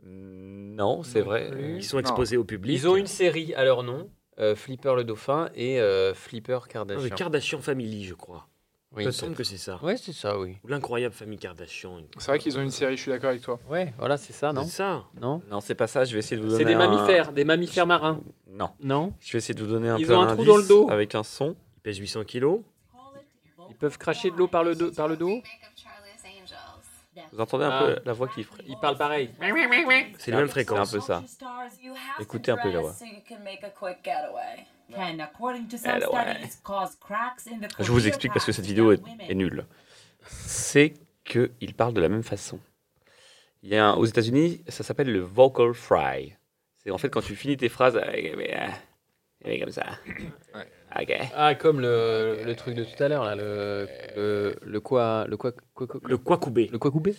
D: Non, c'est vrai.
F: plus.
B: Ils sont
F: Non.
B: exposés au public.
A: Ils ont une série à leur nom, euh, Flipper le dauphin et euh, Flipper
B: Non,
A: Kardashian.
B: mais Kardashian Family, je crois.
A: Oui.
B: Il me semble que c'est ça.
A: Ouais, c'est ça, oui.
B: Ou l'incroyable famille Kardashian. une-
F: C'est vrai qu'ils ont une série, je suis d'accord avec toi.
A: Ouais, voilà, c'est ça, Ah non
B: C'est ça.
A: Non.
D: Non, c'est pas ça. Je vais essayer de vous donner.
A: C'est des
D: un-
A: mammifères, des mammifères marins.
D: Non.
A: Non
D: Je vais essayer de vous donner un
A: Ils
D: peu
A: ont un trou dans le
D: indice
A: dos.
D: Avec un son.
B: Il pèse 800 kilos.
A: Ils peuvent cracher de l'eau par le, dos- par le dos
D: Vous entendez un
A: Ah.
D: peu la voix qui ferait.
A: Ils parlent pareil.
B: C'est les mêmes fréquences.
D: C'est un peu ça.
G: Écoutez un peu la voix.
D: Getaway.
G: Je vous explique parce que cette vidéo est, est nulle.
D: nulle. C'est qu'ils parlent de la même façon. Il y a un- aux États-Unis, ça s'appelle le vocal fry. C'est en fait quand tu finis tes phrases euh, avec, avec comme ça. Ok.
A: Ah, comme le, le truc de tout à l'heure, là, le, le, le quoi, le quoi, quoi, quoi-
B: Le quoi coubé.
A: le quoi coupé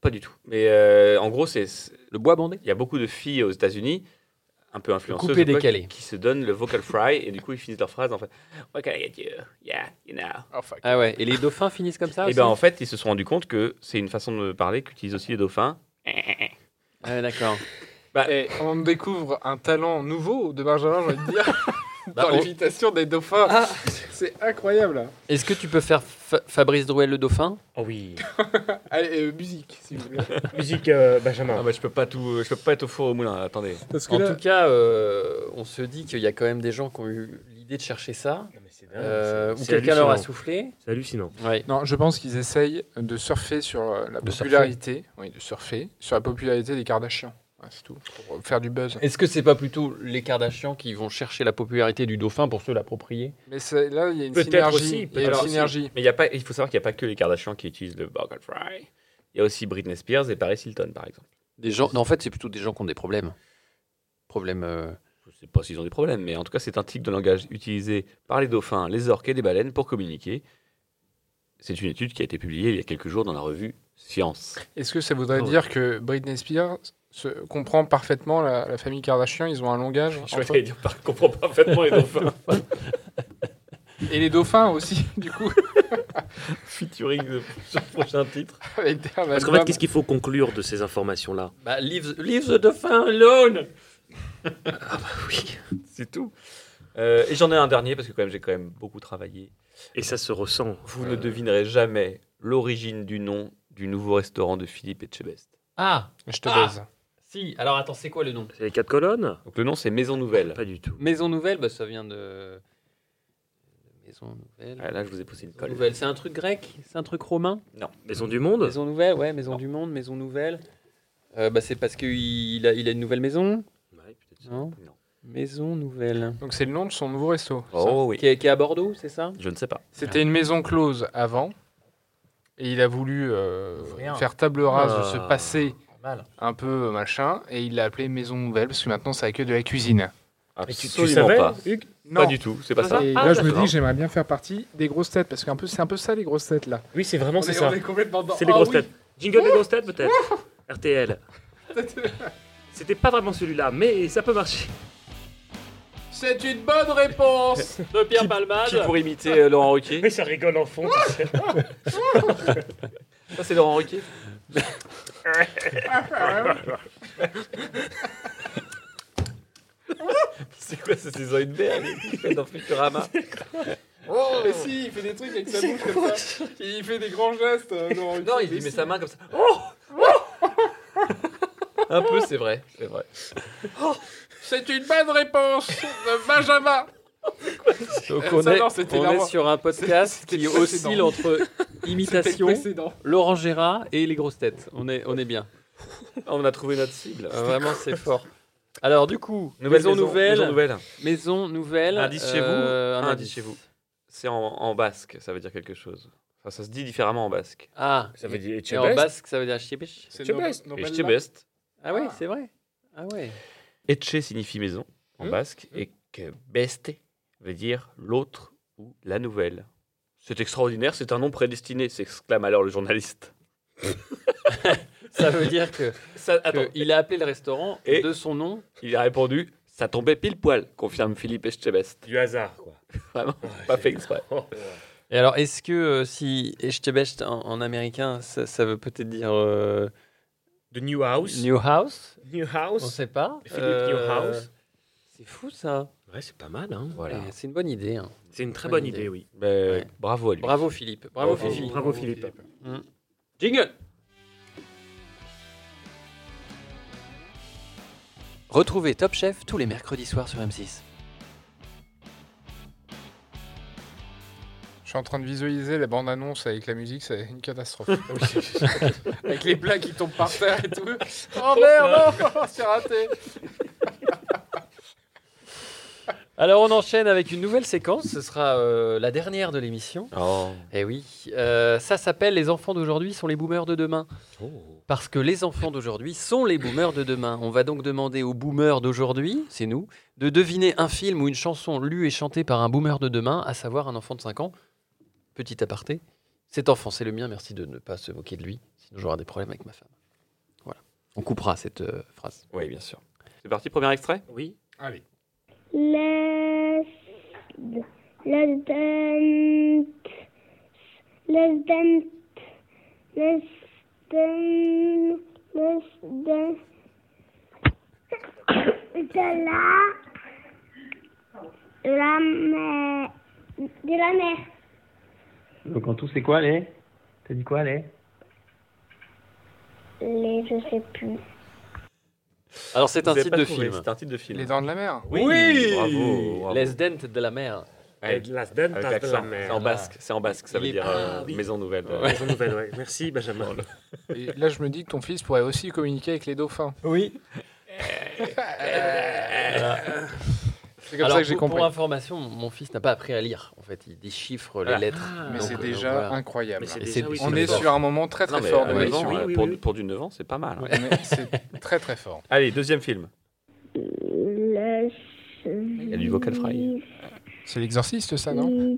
D: Pas du tout. Mais euh, en gros, c'est c'est-
A: Le bois bandé
D: il y a beaucoup de filles aux États-Unis, un peu influenceuses,
A: coupé
D: ou quoi,
A: décalé.
D: qui- qui se donnent le vocal fry et du coup ils finissent leur phrase en fait. What can I get you? Yeah, you know.
C: Enfin,
A: Ah ouais, et les dauphins finissent comme ça
D: et ben en fait, ils se sont rendus compte que c'est une façon de parler qu'utilisent aussi les dauphins.
A: Ah d'accord.
C: et Eh, on découvre un talent nouveau de Benjamin, je vais te dire,
A: Bah,
C: dans
A: on-
C: l'évitation des dauphins.
A: Ah.
C: C'est incroyable.
A: Est-ce que tu peux faire Fa- Fabrice Drouel le dauphin
B: Oh oui.
C: Allez, euh, musique, s'il vous plaît.
B: Musique euh, Benjamin.
D: bah je peux pas tout, je peux pas être au four au moulin. Attendez.
C: Parce que
A: En
C: là-
A: tout cas, euh, on se dit qu'il y a quand même des gens qui ont eu l'idée de chercher ça,
B: Non, mais c'est dingue,
A: euh,
B: c'est-
A: ou
B: c'est
A: quelqu'un leur a
B: hallucinant.
A: soufflé.
B: C'est hallucinant.
A: Ouais.
C: Non, je pense qu'ils essayent de surfer sur euh, la
A: De surfer.
C: popularité, oui, de surfer sur la popularité des Kardashians. Ouais, c'est tout, pour euh, faire du buzz.
A: Est-ce que c'est pas plutôt les Kardashians qui vont chercher la popularité du dauphin pour se l'approprier
C: Mais c'est- là, il y a une
B: Peut-être
C: synergie.
B: aussi,
C: il y a une
D: peut-être aussi.
C: synergie.
D: Mais il y a pas, il faut savoir qu'il n'y a pas que les Kardashians qui utilisent le vocal fry. Il y a aussi Britney Spears et Paris Hilton par exemple.
A: Des gens. non, en fait, c'est plutôt des gens qui ont des problèmes. Problèmes. euh,
D: Je sais pas s'ils ont des problèmes, mais en tout cas c'est un type de langage utilisé par les dauphins, les orques et les baleines pour communiquer. C'est une étude qui a été publiée il y a quelques jours dans la revue Science.
C: Est-ce que ça voudrait
B: Oh,
C: dire que Britney Spears se comprend parfaitement la, la famille Kardashian Ils ont un langage.
D: Je
C: entre
D: vais dire, par- comprends parfaitement les dauphins.
C: eux. Et les dauphins aussi, du coup,
D: Featuring de sur le prochain titre.
C: avec des
B: Parce qu'en fait, qu'est-ce qu'il faut conclure de ces informations-là
A: Bah, leave, leave the dauphin alone
B: Oui.
D: C'est tout. Euh, et j'en ai un dernier parce que quand même j'ai quand même beaucoup travaillé.
B: Et ça se ressent.
D: Vous ne devinerez jamais l'origine du nom du nouveau restaurant de Philippe Etchebest.
A: Ah,
C: Je te
A: Ah.
C: baise.
A: si, alors attends, c'est quoi le nom
B: C'est les quatre colonnes
D: Donc le nom c'est Maison Nouvelle.
B: Pas du tout.
A: Maison Nouvelle, bah, ça vient de. Maison Nouvelle.
D: Ah, là je vous ai poussé une
A: Maison
D: colle.
A: Nouvelle, c'est un truc grec C'est un truc romain
B: Maison du Monde
A: Maison Nouvelle, ouais, Maison du Monde, Maison Nouvelle. Euh, bah, c'est parce qu'il a, il a une nouvelle maison
B: Ouais, peut-être.
A: Non
D: Non.
A: Maison Nouvelle.
C: Donc c'est le nom de son nouveau resto. c'est ça
D: Oh oui.
A: Qui, est, qui est à Bordeaux, c'est ça
D: Je ne sais pas.
C: C'était une maison close avant. Et il a voulu euh, faire table rase de
B: Ah.
C: ce passé un peu euh, machin. Et il l'a appelé Maison Nouvelle parce que maintenant, ça a que de la cuisine.
B: Mais tu, tu
D: Absolument
B: savais,
D: pas.
B: Hugues
C: Non.
D: Pas du tout, c'est pas
B: Ah,
D: ça.
C: Et là, je me dis, j'aimerais bien faire partie des grosses têtes parce que un peu- c'est un peu ça les grosses têtes là.
B: Oui, c'est vraiment
C: On
B: c'est
C: est-
B: ça.
C: on est complètement dans-
B: C'est les
C: Ah
B: grosses
C: oui.
B: têtes. Jingle des grosses têtes, peut-être RTL. C'était pas vraiment celui-là, mais ça peut marcher.
H: C'est une bonne réponse
F: De Pierre Palmade.
D: Qui pour imiter euh, Laurent Ruquier
B: Mais ça rigole en fond.
D: Ça c'est Laurent Ruquier C'est quoi ce saison de merde dans Futurama
C: Oh, mais si, il fait des trucs avec sa bouche comme ça. Il fait des grands gestes. euh, Laurent
D: Non,
C: Ruquier,
D: il dit,
C: mais
D: met
C: si.
D: sa main comme ça. Oh Oh Un peu, c'est vrai, c'est vrai.
C: C'est une bonne réponse de Benjamin.
A: Donc
C: Ça,
A: on est,
C: non, c'était
A: on
C: la
A: est
C: moi.
A: sur un podcast
C: C'était
A: qui
C: le précédent.
A: oscille entre
C: C'était le
A: imitation,
C: précédent.
A: Laurent Gérard et les grosses têtes. On est, on est bien.
D: On a trouvé notre cible.
A: Euh, Vraiment, c'est fort. Alors du coup,
D: Nouvelle
A: maison, nouvelle,
D: maison nouvelle.
A: maison nouvelle.
D: Indice chez vous,
A: euh,
D: un indice chez vous. C'est en, en basque, ça veut dire quelque chose. Enfin, ça se dit différemment en basque.
A: Ah,
B: Ça veut dire
A: et en basque, ça veut dire chibiche.
C: C'est
B: Tu
C: no-
B: baisses.
C: Nobel
D: Et
C: là.
D: Etchebest.
A: Ah ouais,
C: Ah.
A: c'est vrai. Ah ouais.
D: Etche signifie maison en
C: Hmm.
D: basque et que beste veut dire l'autre ou la nouvelle. C'est extraordinaire, c'est un nom prédestiné, s'exclame alors le journaliste.
A: Ça veut dire que,
D: Ça,
A: que
D: attends,
A: il a appelé le restaurant
D: Et-
A: de son nom.
D: il a répondu Ça tombait pile poil, confirme Philippe Etchebest.
B: Du hasard, quoi.
D: Vraiment, pas fait exprès.
A: Et alors, est-ce que euh, si Echtebest en, en américain, ça, ça veut peut-être dire euh,
B: The New House.
A: New House
B: New
A: On
B: House.
A: sait pas.
B: Philippe
A: Euh,
B: Newhouse.
A: C'est fou ça.
B: Ouais, c'est pas mal, hein.
D: Voilà.
A: Et C'est une bonne idée. hein.
B: C'est une très
A: Bonne
B: bonne idée,
A: idée.
B: oui.
D: Ben,
A: Ouais.
D: Bravo à lui.
A: Bravo Philippe. Bravo
B: Bravo.
A: Fifi.
B: Bravo, Philippe.
A: Jingle. Retrouvez Top Chef tous les mercredis soirs sur M6.
C: Je suis en train de visualiser la bande-annonce avec la musique, c'est une catastrophe. avec les plats qui tombent par terre et tout. Oh merde, non, c'est raté.
A: Alors on enchaîne avec une nouvelle séquence, ce sera euh, la dernière de l'émission.
D: Oh.
A: Eh oui, euh, ça s'appelle Les enfants d'aujourd'hui sont les boomers de demain.
F: Oh.
A: Parce que les enfants d'aujourd'hui sont les boomers de demain. On va donc demander aux boomers d'aujourd'hui, c'est nous, de deviner un film ou une chanson lue et chantée par un boomer de demain, à savoir un enfant de 5 ans. Petit aparté. Cet enfant, c'est le mien, merci de ne pas se moquer de lui. Sinon, j'aurai des problèmes avec ma femme. Voilà. On coupera cette euh, phrase.
D: Oui, bien sûr. C'est parti, premier extrait
B: Oui.
F: Allez.
I: Less, less than, less than, less than, less than, de la, la mer, de la mer,
J: Donc en tout, c'est quoi les T'as dit quoi les
I: les, je sais plus.
A: Alors, c'est
D: Vous
A: un
D: avez
A: titre
D: pas
A: de
D: trouvé,
A: film.
D: C'est un titre de film.
F: Les dents de la mer.
D: Oui, Bravo, bravo.
A: Les Dentes de la Mer.
B: Avec Las Dentes
D: Avec
B: de la
D: l'accent. C'est
B: mer.
D: en basque, c'est en basque, ça
A: Il
D: veut
A: est
D: dire
A: pas-
D: euh,
B: oui.
D: maison nouvelle.
B: Ouais, bonne nouvelle, ouais. Merci Benjamin.
F: Et là, je me dis que ton fils pourrait aussi communiquer avec les dauphins.
J: Oui.
F: C'est comme
A: Alors,
F: ça que j'ai
A: pour, pour
F: compris.
A: information, mon fils n'a pas appris à lire. En fait, il déchiffre les
D: Voilà.
A: lettres.
F: Ah. Mais
A: Donc,
F: c'est
A: euh,
F: déjà
A: voilà.
F: incroyable.
B: Mais c'est
A: Et
B: déjà,
A: c'est-
B: oui,
A: on
F: On
B: c'est
F: est
B: fort.
F: sur un moment très
D: Non,
F: très
D: mais,
F: fort
D: euh,
F: de
D: oui,
F: l'émission.
D: oui,
F: là.
D: oui,
B: oui,
D: pour,
B: oui.
D: pour du 9 ans, c'est pas mal. hein.
F: On est- C'est très très fort.
D: Allez, deuxième film.
I: Less, il
D: y a du vocal fry.
F: C'est l'exorciste, ça, non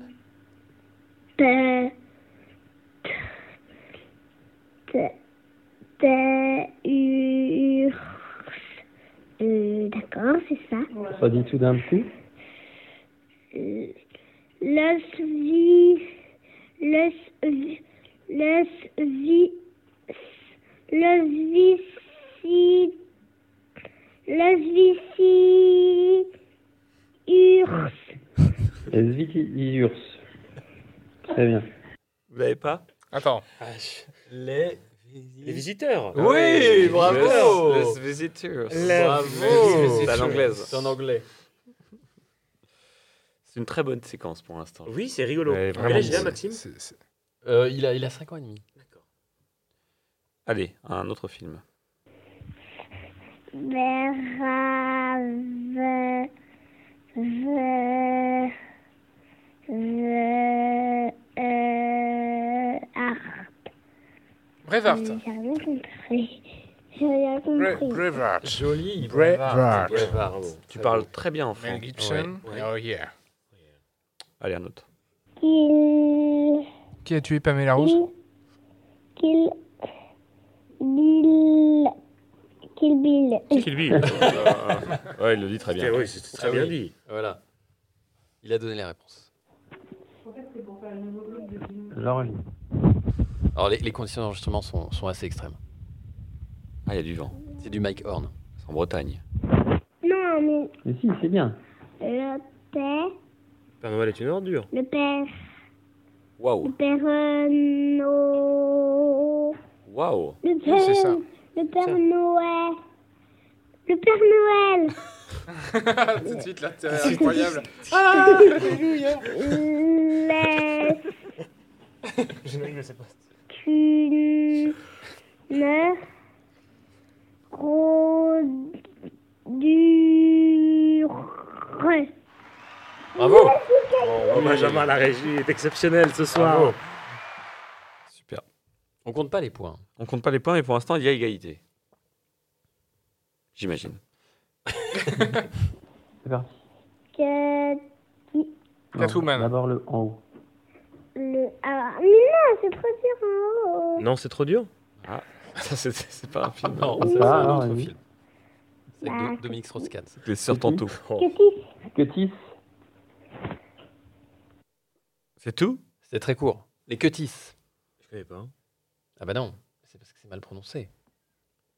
I: T'es. T'es. T'es. Euh, D'accord, c'est ça.
J: Pas du tout d'un coup.
I: Euh, Los vi. Los vi. Los vi. Los vi. Si. Los vi. Si. Urs.
J: Svitiurs. Très bien.
D: Vous l'avez pas
F: Attends.
J: Les
B: Les visiteurs.
A: Oui, bravo.
D: Les Visitors.
A: Bravo.
D: C'est à l'anglaise.
A: C'est en anglais.
D: C'est une très bonne séquence pour l'instant.
B: Oui, c'est rigolo.
D: Ouais,
B: Mais
D: vraiment,
B: là, j'ai là,
F: c'est-
B: Maxime.
F: c'est- c'est-
A: Euh, il, a, il a 5 ans et demi.
D: Allez, un autre film.
I: Verave. Ve. Ve. Euh. Ah.
F: Brevart.
I: J'ai rien compris. J'ai rien compris.
F: Brevart.
J: Joli.
F: Brevart.
D: Tu parles très bien, enfant.
F: Mel Gibson. Oh yeah.
D: Allez, un autre.
I: Qu'il.
F: Qui a tué Pamela Rose
I: Qu'il. Qu'il. Bill. Qu'il Bill.
D: Kill Bill. Euh, ouais, il le dit très bien.
B: Oui, c'est très
A: Ah
B: bien
A: oui.
B: dit.
A: Voilà. Il a donné la réponse.
J: L'orgie.
A: Alors, les, les conditions d'enregistrement sont, sont assez extrêmes.
D: Ah, il y a du vent.
A: C'est du Mike Horn.
D: C'est en Bretagne.
I: Non, mais.
J: Mais si, c'est bien.
I: Le père.
B: Père Noël est une ordure.
I: Le père. Le
D: Waouh.
I: père. euh, no-
D: Waouh.
I: Le
F: Oui, c'est ça.
I: père. Le père Noël. Le père Noël.
F: Tout de suite, là,
J: Ah,
F: c'est incroyable.
I: Laisse. Tu ne produire.
D: Bravo.
B: Oh, Benjamin, la régie est exceptionnelle ce soir.
D: Super.
A: On compte pas les points.
D: On compte pas les points, mais pour l'instant, il y a égalité. J'imagine.
J: C'est parti.
I: que
J: Non,
F: Catwoman.
J: D'abord le en haut.
I: le. Ah, mais non, c'est trop dur hein. Oh. en haut.
B: Non, c'est trop dur.
D: Ça, c'est- c'est pas un film.
A: Non,
J: c'est
A: ça,
J: pas,
A: c'est un
J: non,
A: autre
J: Ah, oui.
A: film. C'est avec Do- Dominique Strauss-Kahn. ça.
D: Les sœurs Tantôt.
I: Que si,
J: Cutis.
D: C'est tout
A: C'est très court. Les Cutis.
B: Je connais pas.
A: Ah bah non, c'est parce que c'est mal prononcé.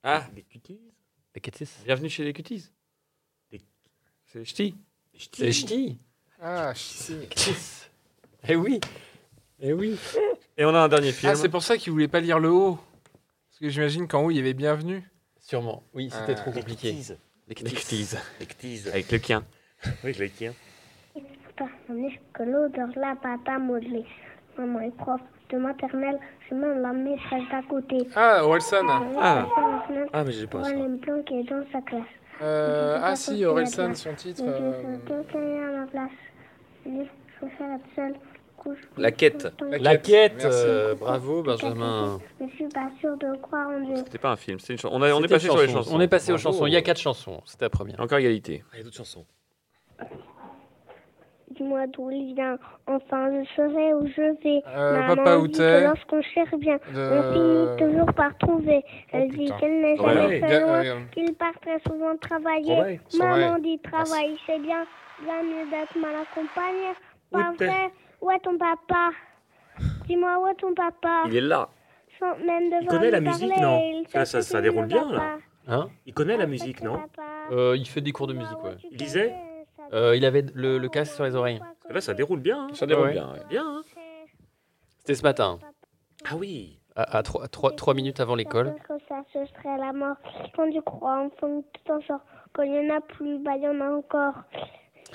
D: Ah,
B: Des cuties
A: Les Cutis.
D: bienvenue chez les cuties.
B: Les-
D: C'est les ch'tis.
A: C'est les ch'tis.
F: Ah, si.
A: Cutis. Eh oui. Eh oui.
D: Et on a un dernier film.
F: Ah, c'est pour ça qu'il voulait pas lire le haut. Parce que j'imagine qu'en haut, il y avait bienvenue.
A: Sûrement. Oui, c'était
F: Ah.
A: trop compliqué. Euh, Les
D: les
A: Cutis.
D: cuties.
B: Des cuties.
D: Avec le quien.
B: Oui, je hein. les tiens.
I: Par que l'eau de la papa modelée. Maman est prof de maternelle, je m'en la mets celle d'à côté.
F: Ah, Orelsan.
D: Ah.
B: Ah, mais j'ai pas
I: Pour
B: ça.
I: les blancs qui est dans sa classe.
F: Euh, ah, si, Orelsan, son titre.
I: Mais
F: euh,
I: je veux quelqu'un à ma place. Je veux faire la seule couche.
D: La quête.
A: La quête.
F: Merci.
A: euh, bravo, Benjamin.
I: Je suis pas sûre de croire en Dieu.
D: C'était pas un film, c'est une chanson. On, a- on est
A: C'était
D: passé
A: une
D: sur les
A: chanson.
D: chansons.
A: On est passé aux
D: Bravo.
A: chansons. Il y a quatre chansons. C'était la première.
D: Encore égalité.
B: Ah, il y a d'autres chansons.
I: Dis-moi d'où il vient. Enfin, je serai où je vais.
F: Euh,
I: Maman
F: papa, où
I: dit
F: t'es
I: que Lorsqu'on cherche bien,
C: Euh.
I: on finit
F: De...
I: toujours par trouver. Elle dit
F: putain.
I: qu'elle n'est
D: Ouais,
I: jamais
F: Ga-
I: très loin,
F: euh,
I: qu'il part très souvent travailler.
B: Ouais.
I: Maman dit
B: Ah,
I: travail, c'est bien, bien mieux d'être mal accompagné.
B: Où
I: Pas
B: t'es
I: vrai Où est ton papa Dis-moi où est ton papa
D: Il est là.
I: Sans même devoir
B: connaît
I: lui
B: la musique,
I: parler,
B: non
I: il
B: Parce que là,
I: sait
B: ça-
I: que
B: ça
I: tu
B: déroule
I: ne
B: bien,
I: vas
B: là.
I: pas.
A: Hein
B: Il connaît la
I: Parce
B: musique,
I: que
B: non
I: papa-
A: Euh, Il fait des cours de musique, ouais.
I: Tu
B: Il lisait
I: connais, ça-
A: Euh, il avait le, le casque sur les oreilles.
B: Parce que Là, ça déroule bien. hein.
D: Ça déroule
A: Ouais.
D: bien. ouais.
B: Bien, hein.
A: C'était ce matin,
B: Ah oui.
A: à, à trois- trois- trois minutes avant l'école.
I: Parce que ça, ce serait la mort. Quand tu crois, enfin, tout en sort. Quand il n'y en a plus, bah, il y en a encore.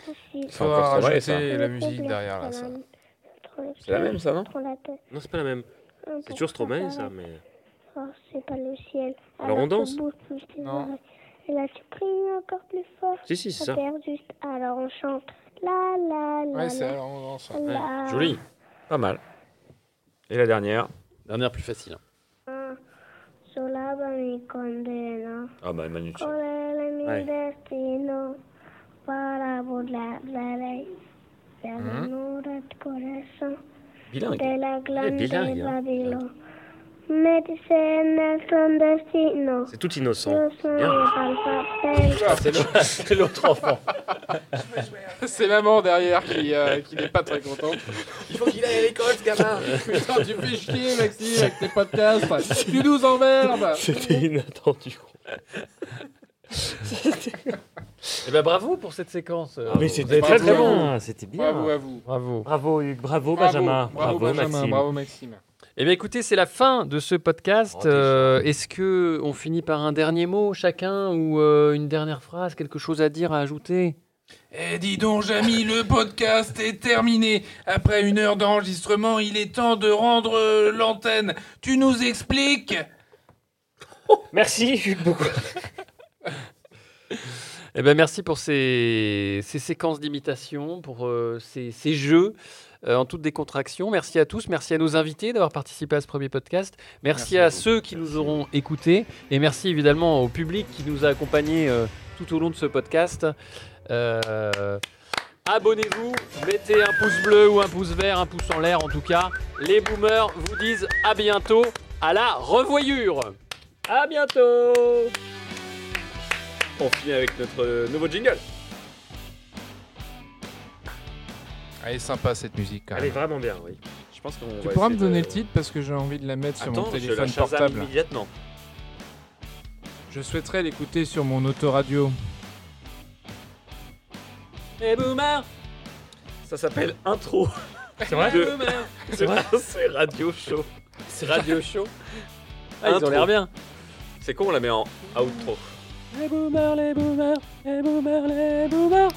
I: Aussi.
D: C'est
F: Faudra
D: encore- c'est vrai,
F: rajouter
D: ça.
F: la musique derrière là. Ça.
D: C'est la même, ça, non
B: Non, c'est pas la même. hein. C'est toujours Stromae, ça, mais.
I: Oh, c'est pas le ciel.
B: Alors, on
I: que
B: danse
I: bouge plus tes
F: Non.
I: oreilles. Et là, tu cries encore plus fort.
B: Si, si, c'est
I: Ça
B: ça.
I: perd juste. Alors, on chante. La, la, la,
F: Ouais, c'est
I: la,
F: alors on danse. ouais.
I: la.
D: Joli. Pas mal. Et la dernière
A: Dernière plus facile.
I: Solaba mi condena.
D: Ah bah Manu. tu-
I: Correle mi
B: Ouais.
I: destino para volar la ley. La
F: Mhm.
I: llanura del corazón
D: Bilingue.
I: de la
B: bilingue,
I: grande
B: hein.
I: Babilón. Me dicen el clandestino.
B: C'est tout innocent.
I: Yo soy el papel.
B: C'est l'autre enfant.
F: C'est maman derrière qui, euh, qui n'est pas très contente.
E: Il faut qu'il aille à l'école, ce gamin.
F: Putain, tu fais chier, Maxime, avec tes podcasts. Tu nous emmerdes.
B: C'était inattendu.
A: Eh ben bravo pour cette séquence. euh,
B: Mais c'était
F: Bravo.
B: très très bon. C'était
F: Bravo
B: bien.
F: à vous.
A: Bravo.
B: Bravo, Hugues. Bravo,
F: Bravo,
B: Benjamin.
F: Bravo, Benjamin.
B: Maxime.
F: Bravo, Maxime.
A: Eh bien écoutez, c'est la fin de ce podcast.
D: Oh, déjà.
A: Euh, Est-ce que on finit par un dernier mot chacun ou euh, une dernière phrase, quelque chose à dire, à ajouter
C: Eh dis donc, Jamy, le podcast est terminé. Après une heure d'enregistrement, il est temps de rendre euh, l'antenne. Tu nous expliques
B: Merci, Hugues, beaucoup.
A: Eh ben merci pour ces, ces séquences d'imitation, pour euh, ces, ces jeux euh, en toute décontraction. Merci à tous, merci à nos invités d'avoir participé à ce premier podcast. Merci,
F: Merci
A: à,
F: à vous.
A: ceux qui nous auront écoutés et merci évidemment au public qui nous a accompagnés euh, tout au long de ce podcast. Euh, Abonnez-vous, mettez un pouce bleu ou un pouce vert, un pouce en l'air en tout cas. Les boomers vous disent à bientôt, à la revoyure
B: À bientôt.
D: On finit avec notre euh, nouveau jingle.
F: Ah, Elle est sympa cette musique quand
B: Elle est
F: même.
B: vraiment bien, oui.
D: Je pense qu'on
F: Tu
D: va
F: pourras me
D: essayer
F: donner
D: de-
F: le titre parce que j'ai envie de la mettre sur mon
D: Attends, je la
F: téléphone
D: Shazam
F: portable.
D: immédiatement.
F: Je souhaiterais l'écouter sur mon autoradio.
A: Les boomers,
D: Ça s'appelle Intro
B: C'est vrai
A: les boomers
D: de C'est Radio Show.
A: C'est radio show. Ah, ils ont
D: Intro.
A: l'air bien.
D: C'est con, on la met en outro.
A: Les boomers, les boomers, les boomers, les boomers.